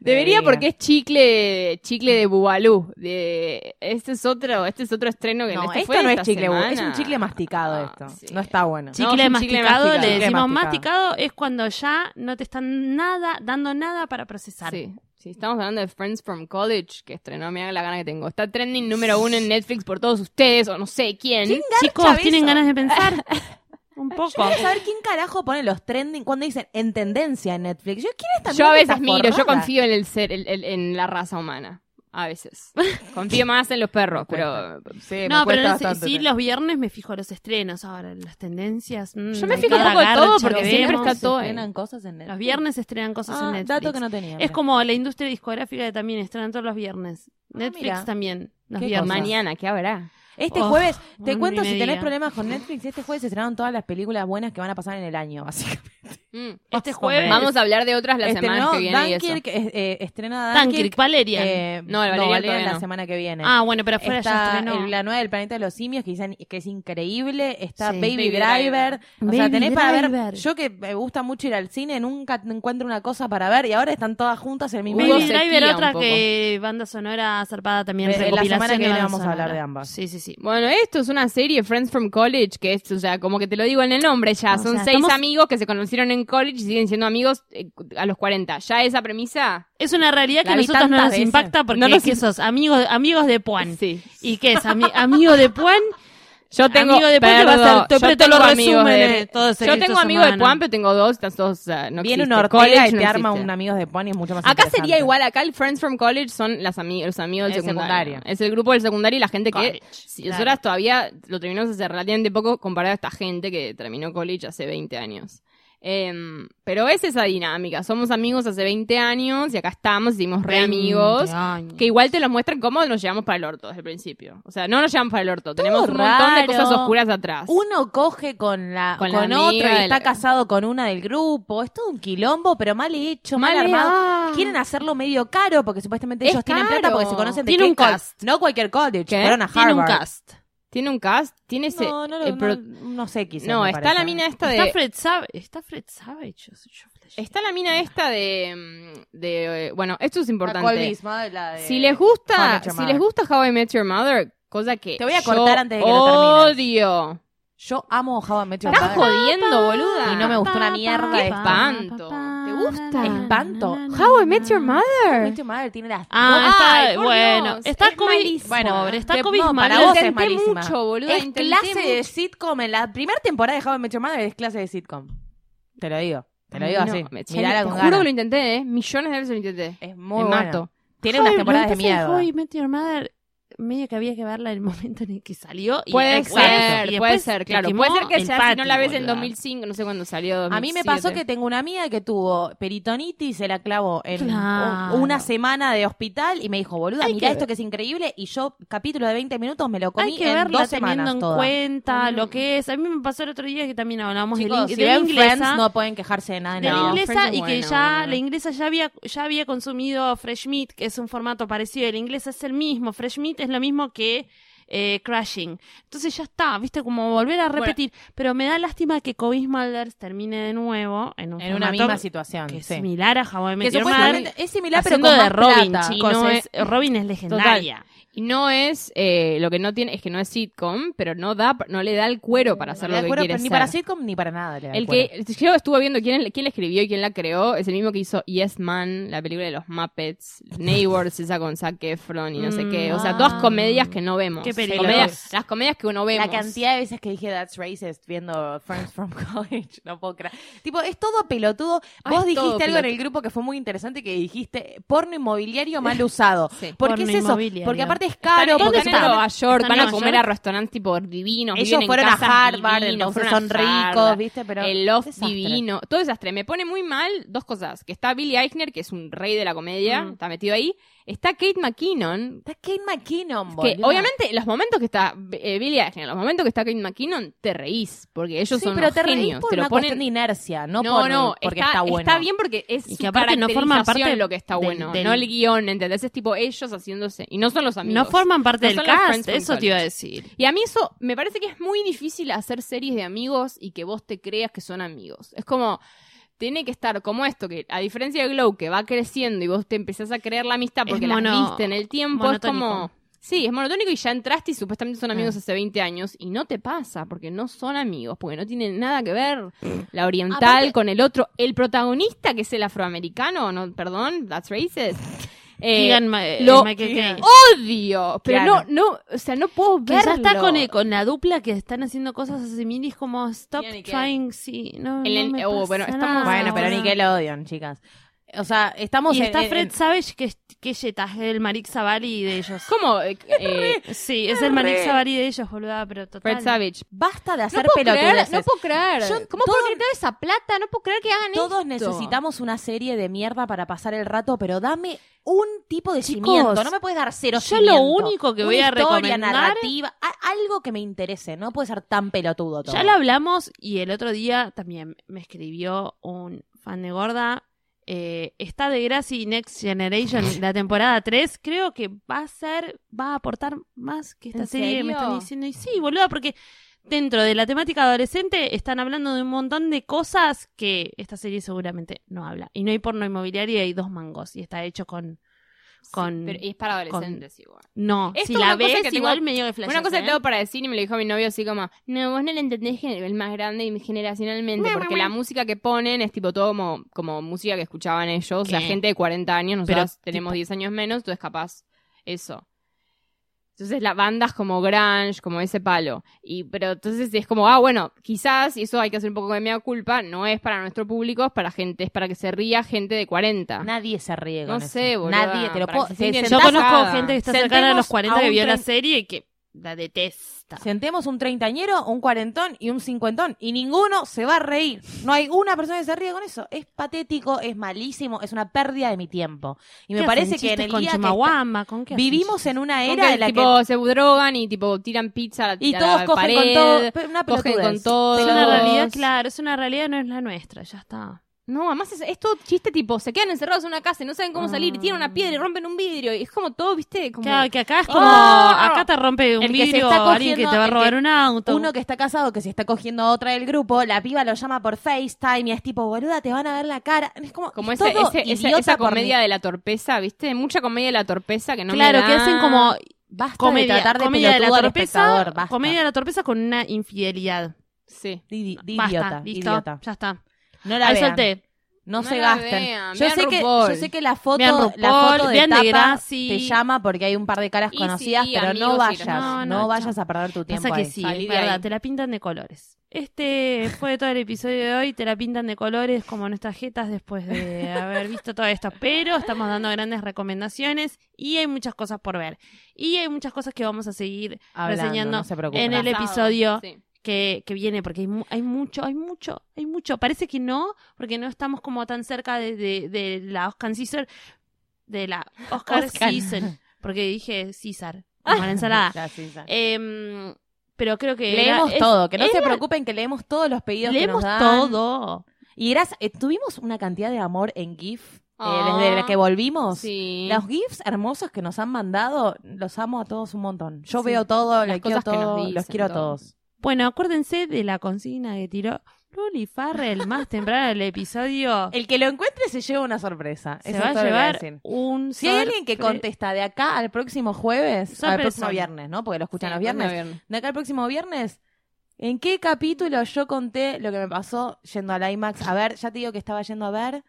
S3: Debería
S2: Debería.
S3: porque es chicle chicle de Bubalú. De este es otro, este es otro estreno que
S2: No,
S3: este
S2: esto
S3: fue
S2: no es
S3: esta
S2: chicle,
S3: semana.
S2: es un chicle masticado
S3: Ah,
S2: esto.
S3: sí.
S2: No está bueno.
S3: Sí. No,
S1: Chicle
S3: es un chicle
S1: masticado, le
S3: masticado.
S1: decimos
S2: Chicle
S1: masticado.
S2: masticado.
S1: es cuando ya no te están nada, dando nada para procesar.
S3: Sí. Sí, estamos hablando de Friends from College, que estrenó, mira la gana que tengo. Está trending número uno en Netflix por todos ustedes, o no sé quién.
S1: Chicos,
S2: garcha
S1: ¿tienen
S2: eso?
S1: ganas de pensar? Un poco.
S2: Quiero saber quién carajo pone los trending cuando dicen en tendencia en Netflix. Yo, ¿quién es tan
S3: Yo a
S2: esta
S3: veces miro, yo
S2: forrada?
S3: confío en el ser, el- el- en la raza humana. A veces. Confío más en los perros, pero.
S2: Sí,
S1: No, pero
S2: Eh, me cuesta
S1: no sé,
S2: bastante.
S1: sí, los viernes me fijo los estrenos ahora, las tendencias. mm,
S3: Yo me
S1: hay
S3: fijo un
S1: cada
S3: poco de todo
S1: garcha
S3: porque
S1: que
S3: siempre
S1: vemos.
S3: está todo
S2: Se
S3: en-
S2: estrenan cosas en Netflix.
S1: Los viernes estrenan cosas
S2: Ah,
S1: en Netflix.
S2: dato que no tenía.
S1: Es
S2: mira.
S1: como la industria discográfica que también estrenan todos los viernes.
S2: Ah,
S1: Netflix
S2: mira.
S1: también, los
S2: Qué
S1: viernes.
S2: cosa.
S3: Mañana, ¿qué habrá?
S2: Este
S1: Oh,
S2: jueves,
S1: bueno,
S2: te
S1: ni
S2: cuento
S1: me
S2: si tenés
S1: diga.
S2: problemas con Netflix, este jueves se estrenaron todas las películas buenas que van a pasar en el año, básicamente.
S1: Este
S2: Más o
S1: jueves.
S2: menos.
S3: Mm. Vamos a hablar de otras la
S2: Estrenó
S3: semana que viene y eso.
S2: este, Dunkirk, eh, eh, estrena
S1: Dunkirk,
S2: Dunkirk.
S1: Valerian.
S2: eh,
S3: No, el Valerian todavía
S2: la
S3: no.
S2: semana que viene.
S1: ah, bueno, pero afuera ya
S2: Está
S1: estrenó.
S2: el- la nueva del planeta de los simios que, dicen que es increíble. Está
S1: Sí.
S2: Baby,
S3: Baby Driver.
S2: Driver. O sea,
S1: Baby
S2: tenés para
S1: Driver.
S2: ver. Yo que me gusta mucho ir al cine, nunca encuentro una cosa para ver y ahora están todas juntas en el mismo
S3: Hubo
S1: Baby
S2: día.
S3: sequía
S1: Driver,
S3: un
S1: otra
S3: poco.
S1: que banda sonora zarpada también.
S2: Eh, la
S1: recopilación
S2: semana
S1: de
S2: que viene
S1: banda
S2: vamos a hablar
S1: sonora.
S2: de ambas.
S1: Sí, sí, sí.
S3: Bueno, esto es una serie, Friends from College, que es, o sea, como que te lo digo en el nombre ya,
S1: O
S3: son
S1: sea,
S3: seis
S1: estamos-
S3: amigos que se conocieron en college y siguen siendo amigos eh, a los 40. Ya esa premisa.
S1: Es una realidad que
S2: La
S1: a
S2: vi
S1: nosotros no
S2: tantas
S1: nos
S2: veces.
S1: impacta porque
S3: No nos
S1: que
S3: im-
S1: sos amigos, amigos de Puan.
S3: Sí.
S1: ¿Y qué es? Ami- amigo de Puan.
S3: Yo tengo,
S1: Amigo de Puan te va a
S3: perdón,
S1: hacer- te
S3: yo
S1: aprieto
S3: tengo
S1: los
S3: amigos de-
S1: resúmenes, todo ese
S3: Yo
S1: grito
S3: tengo amigos de
S1: humano.
S3: Puan, pero tengo dos, estas dos, o sea, no
S2: Viene
S3: existe.
S2: un Ortega
S3: College
S2: y te
S3: no
S2: arma
S3: existe.
S2: un amigos de Pony, es mucho más
S3: Acá sería
S2: interesante.
S3: igual, acá el Friends from College son las ami- los amigos del
S2: El
S3: secundario.
S2: secundario.
S3: Es el grupo del secundario y la gente
S1: College,
S3: que. Si
S1: claro.
S3: Nosotras todavía lo terminamos hace relativamente poco comparado a esta gente que terminó college hace 20 años. Em, pero es esa dinámica. Somos amigos hace 20 años y acá estamos, hicimos re
S1: 20
S3: amigos.
S1: años.
S3: Que igual te lo muestran cómo nos llevamos para el orto desde el principio. O sea, no nos llevamos para el orto. Tenemos un montón
S2: raro.
S3: de cosas oscuras atrás.
S2: Uno coge con la
S3: Con
S2: con,
S3: la amiga
S2: otra y
S3: de la-
S2: está casado con una del grupo. Es todo un quilombo, pero mal hecho, mal,
S3: Mal
S2: armado.
S3: armado.
S2: Quieren hacerlo medio caro porque supuestamente
S3: Es
S2: ellos tienen plata
S3: caro.
S2: porque se conocen de
S1: Tiene
S2: qué
S1: un
S2: col-
S1: cast.
S2: No cualquier college,
S3: ¿Qué?
S2: fueron a Harvard.
S1: Tiene un cast.
S3: Tiene un cast, tiene ese.
S2: No, no, lo-
S3: el pro-
S2: no, no sé, quizás.
S3: eh, No,
S2: me
S3: está
S2: parece.
S3: la mina esta
S1: Está
S3: de.
S1: Fred Savage. Está Fred Savage. yo sé, yo flashé.
S3: Está la mina esta de. mm, de eh, bueno, esto es
S2: La
S3: importante.
S2: Colby's Mother, la de-
S3: Si les
S2: How I
S3: gusta,
S2: Met Your
S3: si
S2: Mother.
S3: les gusta How I Met Your Mother, cosa que
S2: Te voy a
S3: yo
S2: cortar antes de que lo termines.
S3: odio.
S2: Yo amo How I Met Your
S3: Estás
S2: Mother.
S3: jodiendo, boluda.
S2: Y no me gustó una mierda
S1: Qué
S2: de
S3: espanto. ¿Te gusta?
S2: Espanto.
S3: How I Met Your
S2: How I
S3: Mother.
S2: Met Your Mother tiene las
S1: Ah,
S3: Ay,
S1: está,
S3: por
S1: bueno,
S3: Dios,
S1: está
S3: es
S1: Kobe,
S3: malísima.
S1: bueno, pobre, está
S2: Te-
S1: Kobe
S2: no, para
S1: Ismael.
S2: vos es
S3: Intenté
S2: malísima.
S3: mucho, boluda,
S2: es
S3: intenté
S2: clase de
S3: mucho.
S2: sitcom. En la primera temporada de How I Met Your Mother es clase de sitcom. Te lo digo. Te lo digo
S3: No,
S2: así.
S3: me-
S2: Mirala
S3: te
S2: con
S3: juro
S2: ganas.
S3: que lo intenté, ¿eh? Millones de veces lo intenté.
S2: Es
S3: Me
S2: muy bueno.
S3: mato.
S2: Tiene
S1: Ay,
S2: unas
S1: lo
S2: temporadas
S1: que
S2: de
S1: pasa es que
S2: mierda.
S1: How I Met Your Mother, medio que había que verla en el momento en el que salió. y-
S3: Puede
S1: exacto, y
S3: ser,
S1: después
S3: puede ser,
S1: te
S3: claro.
S1: quemó
S3: Puede ser que
S1: el
S3: sea si no
S1: patio,
S3: la ves en
S1: boluda.
S3: 2005, no sé cuándo salió.
S2: A mí me
S3: 2007.
S2: pasó que tengo una amiga que tuvo peritonitis y se la clavó en
S1: Claro.
S2: un- una semana de hospital y me dijo, boluda,
S1: Hay que
S2: mira
S1: ver.
S2: esto que es increíble. Y yo, capítulo de 20 minutos, me lo comí
S1: Hay que
S2: en
S1: verla
S2: dos
S1: teniendo
S2: semanas
S1: en
S2: toda.
S1: cuenta
S3: Mm.
S1: lo que es. A mí me pasó el otro día que también hablábamos del
S2: Chicos,
S1: ing-
S2: si
S1: de la
S2: ven
S1: inglesa.
S2: Friends, no pueden quejarse de nada. en
S1: de
S2: la
S1: la
S3: No,
S1: inglesa
S3: Friends
S1: y
S3: es
S1: que
S3: bueno,
S1: ya
S3: bueno.
S1: la inglesa ya había ya había consumido Fresh Meat, que es un formato parecido. El inglés es el mismo, Fresh Meat es lo mismo que eh, Crashing. Entonces ya está, viste, como volver a repetir. Pero me da lástima que Cobie Smulders termine de nuevo en un
S2: En una
S1: formato
S2: misma situación.
S1: que es
S2: sí.
S1: similar a How I Met
S2: Que
S1: Your
S2: supuestamente
S1: Mother,
S2: es similar, pero
S1: haciendo
S2: con
S1: de
S2: más
S1: Robin,
S2: plata.
S1: chicos,
S3: Cosa
S1: es- Robin es legendaria.
S3: Y no es, eh, lo que no tiene, es que no es sitcom, pero no da, no le da el cuero para hacer
S2: Le
S3: lo
S2: da
S3: que
S2: cuero,
S3: quiere
S2: Ni
S3: ser.
S2: para sitcom ni para nada. le da
S3: El
S2: cuero.
S3: que yo estuve viendo quién, quién la escribió y quién la creó es el mismo que hizo Yes Man, la película de los Muppets, Neighbors, esa con Zac Efron y no sé qué. O sea, todas
S1: Mm,
S3: comedias que no vemos.
S1: qué peligro.
S3: comedias, las comedias que uno vemos.
S2: La cantidad de veces que dije That's Racist viendo Friends from College, no puedo creer. Tipo, es todo pelotudo.
S3: Ah,
S2: Vos
S3: es
S2: dijiste
S3: todo
S2: algo en
S3: pelotudo.
S2: el grupo que fue muy interesante que dijiste porno inmobiliario mal usado.
S3: Sí.
S2: ¿Por qué
S1: Porno
S2: es eso?
S1: inmobiliario.
S2: Porque aparte es
S3: Están-
S2: caro. porque
S3: están en
S2: supuestamente-
S3: Nueva York,
S1: ¿Están
S3: van
S1: en
S3: a
S1: Nueva
S3: comer
S1: York?
S3: a restaurantes tipo divinos. viven
S2: ellos
S3: en
S2: fueron a
S3: casas
S2: Harvard,
S3: divinas,
S2: entonces
S3: fueron a
S2: son
S3: Harvard.
S2: ricos, ¿viste? Pero
S3: el Love
S2: desastre.
S3: Divino, todas esas tres. Me pone muy mal dos cosas. Que está Billy Eichner, que es un rey de la comedia,
S1: Mm.
S3: está metido ahí. Está Kate McKinnon,
S2: Está Kate McKinnon,
S3: que
S2: boluda.
S3: obviamente los momentos que está eh, Billy Eichner, los momentos que está Kate McKinnon, te reís, porque ellos
S2: Sí,
S3: son
S2: pero
S3: unos
S2: te reís
S3: genios,
S2: por
S3: te lo
S2: una
S3: ponen
S2: cuestión de inercia, no,
S3: no,
S2: por-
S3: no,
S2: porque
S3: está,
S2: está, bueno.
S3: está bien porque es
S1: Y
S3: su
S1: que aparte no forman
S3: caracterización
S1: parte
S3: lo que está
S1: del-
S3: bueno,
S1: del-
S3: no el guión, ¿entendés? Es tipo ellos haciéndose y no son los amigos.
S1: No forman parte
S3: No
S1: del
S3: son los Friends
S1: cast,
S3: from
S1: eso te iba a decir.
S3: Y a mí eso me parece que es muy difícil hacer series de amigos y que vos te creas que son amigos. Es como tiene que estar como esto que a diferencia de Glow que va creciendo y vos te empezás a creer la amistad
S1: Es
S3: porque
S1: mono-
S3: las viste en el tiempo es como
S1: monotónico.
S3: Sí, es monotónico y ya entraste y supuestamente son amigos
S1: Ah.
S3: hace 20 años y no te pasa porque no son amigos, porque no tienen nada que ver la oriental
S2: Aparte-
S3: con el otro. El protagonista que es el afroamericano, no, perdón, that's racist. eh,
S1: Keegan Ma- eh,
S3: lo
S1: Michael
S2: Keegan.
S1: Caine.
S3: odio, pero
S2: Claro.
S3: no, no, o sea, no puedo
S1: Que
S3: verlo.
S1: ya está con, el- con la dupla que están haciendo cosas asimilis como Stop
S3: Bien, y que-
S1: Trying, sí. No,
S3: El- el-
S1: no me
S3: oh,
S1: pasa
S3: bueno,
S1: nada.
S3: estamos-
S2: Bueno, pero Nickelodeon, chicas. O sea, estamos
S1: Y
S2: en-
S1: está
S2: en-
S1: Fred Savage, que, es- que es Yetas, el Marik Zavari de ellos.
S3: ¿Cómo? Eh, eh,
S1: Sí, es el Marik Zavari de ellos, boluda, pero total.
S3: Fred Savage.
S2: Basta de
S3: No
S2: hacer
S3: puedo, creer,
S2: pelotudeces.
S3: no puedo creer.
S2: Yo-
S3: ¿Cómo
S2: todo-
S3: puedo creer toda esa plata? No puedo creer que hagan
S2: Todos
S3: esto.
S2: necesitamos una serie de mierda para pasar el rato, pero dame un tipo de
S1: Chicos,
S2: cimiento. No me puedes dar cero
S1: yo
S2: cimiento.
S1: lo único que
S2: Una
S1: voy a
S2: historia,
S1: recomendar-
S2: narrativa, a- algo que me interese. No puede ser tan pelotudo todo.
S1: Ya lo hablamos y el otro día también me escribió un fan de gorda. eh, está de Gracie Next Generation, la temporada 3. Creo que va a ser, va a aportar más que esta
S3: ¿En
S1: serie que me
S3: serio?
S1: están diciendo. Y sí, boluda, porque dentro de la temática adolescente están hablando de un montón de cosas que esta serie seguramente no habla. Y no hay porno inmobiliario y hay dos mangos. Y está hecho con. con
S3: Pero es para adolescentes igual.
S1: No,
S3: Esto
S1: si
S3: es
S1: la
S3: una cosa
S1: ves,
S3: que tengo-
S1: igual medio ¿eh? de flash.
S3: Una cosa que tengo para decir y me lo dijo mi novio así como, no, vos no la entendés gen- el más grande y generacionalmente, porque la música que ponen es tipo todo como, como música que escuchaban ellos, la
S1: ¿Qué?
S3: gente de 40 años,
S1: Pero,
S3: nosotros tenemos
S1: tipo-
S3: 10 años menos, entonces capaz eso. Entonces las bandas como grunge, como ese palo. Y pero entonces es como, ah, bueno, quizás y eso hay que hacer un poco de mea culpa, no es para nuestro público, es para gente, es para que se ría gente de 40.
S2: Nadie se ríe con
S3: No
S2: eso.
S3: sé, boluda,
S2: Nadie, te lo
S3: para
S2: puedo...
S3: que
S2: te
S3: se sienten-
S1: Yo
S2: sentás
S3: Sentada.
S1: conozco gente que está cercana a
S2: Sentemos
S1: los 40
S2: a
S1: que
S2: un
S1: vio la
S2: tren-
S1: serie y que La detesta.
S2: Sentemos un treintañero, un cuarentón y un cincuentón y ninguno se va a reír. No hay una persona que se ríe con eso. Es patético, es malísimo, es una pérdida de mi tiempo. Y me
S1: ¿Qué
S2: parece
S1: hacen
S2: que en
S1: chistes
S2: el
S1: con
S2: día que
S1: Chimawamba? ¿Con qué
S2: está-
S1: hacen
S2: vivimos
S1: chistes?
S2: en una
S3: Con
S2: era
S3: que,
S2: en la
S3: tipo,
S2: que
S3: se drogan y tipo tiran pizza a la,
S2: y
S3: a
S2: todos
S3: la
S2: cogen
S3: pared.
S2: con todo, una
S3: cogen
S2: pelotudez.
S3: con todo.
S1: Es
S2: Pero-
S1: una realidad,
S3: Todos.
S1: claro, es una realidad, no es la nuestra, ya está.
S3: No, además es, es todo chiste tipo, se quedan encerrados en una casa y no saben cómo salir y tiran una
S1: Ah.
S3: piedra y rompen un vidrio. Y es como todo, viste, como...
S1: Claro, que acá es como,
S3: Ah.
S1: acá te rompe un
S2: ¡Oh! El que se
S1: vidrio
S2: está
S1: alguien que
S2: cogiendo-
S1: te va a
S2: el
S1: robar
S2: que-
S1: un auto.
S2: Uno que está casado que se está cogiendo a otra del grupo, la piba lo llama por FaceTime y es tipo, boluda, te van a ver la cara. Es como,
S3: Como
S2: es
S3: ese-
S2: todo
S3: ese- esa,
S2: idiota
S3: esa
S2: por mi-
S3: comedia de la torpeza, ¿viste? Mucha comedia de la torpeza que no me
S1: claro, que
S3: da.
S1: hacen como
S2: Basta
S1: comedia,
S2: de tratar de
S1: comedia de la
S2: pelotudo al
S1: torpeza,
S2: espectador, basta.
S1: comedia de la torpeza con una infidelidad.
S3: Sí.
S2: Di- di-
S1: Basta,
S2: idiota,
S1: listo,
S2: idiota.
S1: ya está.
S2: No la
S1: Ahí
S2: vean.
S1: solté.
S2: No,
S3: No
S2: se
S3: la
S2: gasten.
S3: vean,
S2: yo,
S3: vean
S2: sé que,
S3: RuPaul.
S2: yo sé que la foto,
S1: Vean RuPaul,
S2: la foto de
S1: vean
S2: tapa
S1: Degrassi.
S2: te llama porque hay un par de caras
S3: Y sí,
S2: conocidas, pero no
S3: amigos,
S2: vayas,
S3: irán.
S2: no,
S1: No, no,
S2: vayas
S1: chao.
S2: a perder tu tiempo
S1: Pasa que
S2: ahí.
S1: sí,
S3: Salí
S1: es
S3: de ahí.
S1: verdad, te la pintan de colores. Este fue todo el episodio de hoy, te la pintan de colores como nuestras jetas después de haber visto todo esto, pero estamos dando grandes recomendaciones y hay muchas cosas por ver. Y hay muchas cosas que vamos a seguir
S2: Hablando,
S1: reseñando
S2: no se
S1: en
S2: preocupen.
S1: el
S3: Pasado,
S1: episodio.
S3: sí.
S1: que, que viene, porque hay, mu- hay mucho, hay mucho, hay mucho. Parece que no, porque no estamos como tan cerca de, de- de la Oscar Caesar, de la Oscar,
S2: Oscar.
S1: Season, porque dije César, como la ensalada.
S2: Ya, sí, ya.
S1: Em, pero creo que era-
S2: Leemos
S1: es-
S2: todo, que no se
S1: era-
S2: preocupen que leemos todos los pedidos
S1: leemos
S2: que nos dan.
S1: todo.
S2: Y eras, eh, tuvimos una cantidad de amor en GIF eh,
S3: Ah,
S2: desde la que volvimos.
S3: Sí.
S2: Los GIFs hermosos que nos han mandado, los amo a todos un montón. Yo
S3: Sí.
S2: veo todo,
S3: Las
S2: les quiero
S3: cosas que nos
S2: todo, los
S3: dicen,
S2: quiero a
S3: todo.
S2: todos.
S1: Bueno, acuérdense de la consigna que tiró Luli Farrell más temprano del episodio.
S2: El que lo encuentre se lleva una sorpresa.
S1: se
S2: Eso
S1: va
S2: es
S1: a
S2: todo lo que voy
S1: llevar
S2: decir.
S1: un
S2: Si hay alguien que
S1: sorpre-
S2: contesta de acá al próximo jueves, al
S1: Sorpresa.
S2: próximo viernes, ¿no? Porque lo escuchan
S3: Sí,
S2: los viernes.
S3: los viernes.
S2: De acá al próximo viernes, ¿en qué capítulo yo conté lo que me pasó yendo al IMAX? A ver, ya te digo que estaba yendo a ver.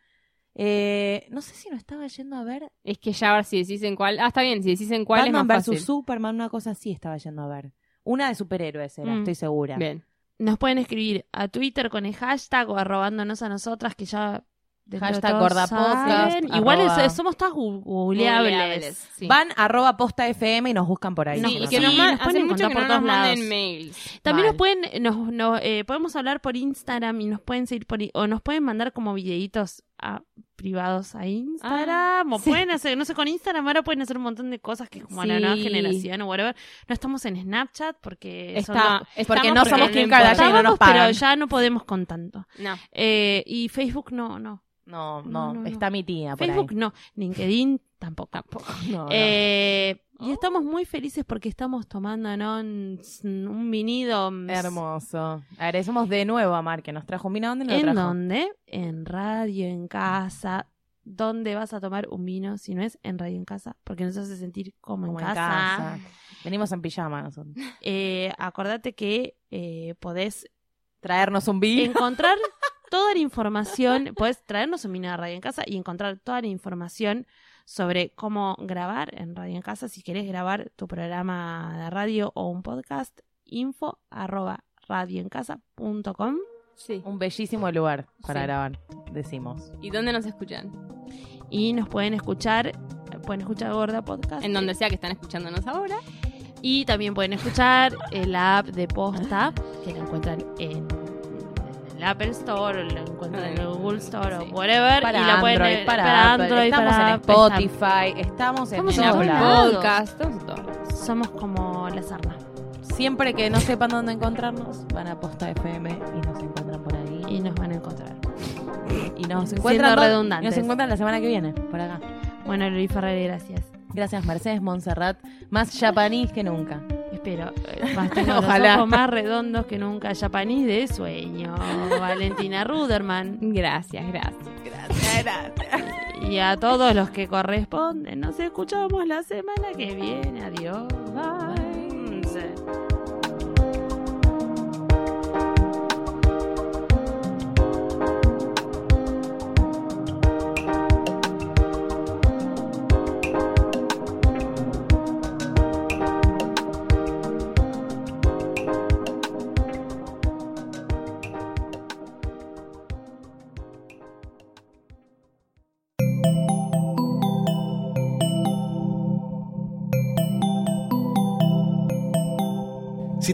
S2: eh, no sé si no estaba yendo a ver.
S3: Es que ya ahora si decís en cuál... Ah, está bien, si decís en cuál
S2: Batman
S3: es más
S2: versus
S3: fácil.
S2: Superman, una cosa así estaba yendo a ver. Una de superhéroes era,
S1: Mm.
S2: estoy segura.
S3: Bien.
S1: Nos pueden escribir a Twitter con el hashtag o arrobándonos a nosotras, que ya. dentro de
S2: Hashtag
S1: todo
S2: gordapodcast,
S1: saben. Igual
S2: arroba-
S1: es- somos tan gu- googleables.
S3: Sí.
S2: Van arroba posta FM y nos buscan por ahí.
S3: Sí,
S1: nos-
S3: y
S2: Nos
S3: que
S1: sí,
S3: nos, man-
S1: nos
S3: hace
S1: pueden
S3: mucho
S1: encontrar
S3: que
S1: por
S3: no nos
S1: todos lados.
S3: manden mails.
S1: También
S2: Mal.
S1: nos pueden, nos, nos, eh, podemos hablar por Instagram y nos pueden seguir por i- o nos pueden mandar como videitos a- privados a
S2: Ah,
S1: Instagram. o
S3: sí.
S1: pueden hacer, no sé, con Instagram ahora pueden hacer un montón de cosas que es como la
S3: Sí.
S1: nueva generación o whatever. No estamos en Snapchat porque son
S3: Está,
S1: dos-
S2: porque
S3: estamos,
S2: no
S3: pero
S2: somos Kim
S3: importa.
S2: Kardashian y no nos
S1: Estábamos, pero
S2: pagan.
S1: ya no podemos con tanto.
S3: No.
S1: Eh, y Facebook no, no.
S2: No,
S1: No,
S2: no,
S1: no, no.
S2: está mi tía por
S1: Facebook
S2: ahí.
S1: no. LinkedIn tampoco. Tampoco.
S2: No, Oh. no.
S1: Eh, y estamos muy felices porque estamos tomando ¿no? un, un vinido. mm,
S2: Hermoso. Agradecemos de nuevo a Mar que nos trajo un vino. ¿Dónde nos
S1: ¿En
S2: trajo?
S1: dónde? En radio, en casa. ¿Dónde vas a tomar un vino si no es en radio, en casa? Porque nos hace sentir como,
S2: Como
S1: en casa.
S2: Venimos en pijama nosotros.
S1: Eh, acordate que eh, podés
S2: Traernos un vino.
S1: encontrar toda la información, puedes traernos un vino de Radio en Casa y encontrar toda la información sobre cómo grabar en Radio en Casa. Si querés grabar tu programa de radio o un podcast, info arroba radioencasa.com.
S3: Sí.
S2: Un bellísimo lugar para
S3: Sí.
S2: grabar, decimos.
S3: ¿Y dónde nos escuchan?
S1: y nos pueden escuchar, pueden escuchar Gorda Podcast.
S3: En donde sea que están escuchándonos ahora.
S1: Y también pueden escuchar el app de
S2: Ah.
S1: Posta, que la encuentran en en el Apple Store, o la encuentran
S2: Ah.
S1: en el Google Store
S3: Sí.
S1: o whatever. y la pueden- eh,
S2: Apple. estamos
S1: para
S2: en
S1: Apple,
S2: Spotify, estamos en
S1: Estamos en
S2: todos
S3: en
S1: todos
S3: Apple
S2: lados.
S1: lados.
S3: Podcast. todo, todo.
S1: estamos- Somos como la sarna.
S2: Siempre que no sepan dónde encontrarnos, van a Posta FM y nos encuentran por ahí.
S1: Y nos van a encontrar.
S2: Y nos
S1: Siendo
S2: encuentran, do-
S1: redundantes.
S2: nos encuentran la semana que viene, por acá.
S1: Bueno, Luis Ferrer, gracias.
S2: Gracias Mercedes Montserrat, más japonís que nunca.
S1: Espero. eh, más- tengo los
S2: Ojalá.
S1: ojos más redondos que nunca. Japanís de sueño. Valentina Ruderman.
S3: Gracias, gracias.
S1: Y a todos los que corresponden. Nos escuchamos la semana que viene. Adiós. Bye.
S4: Si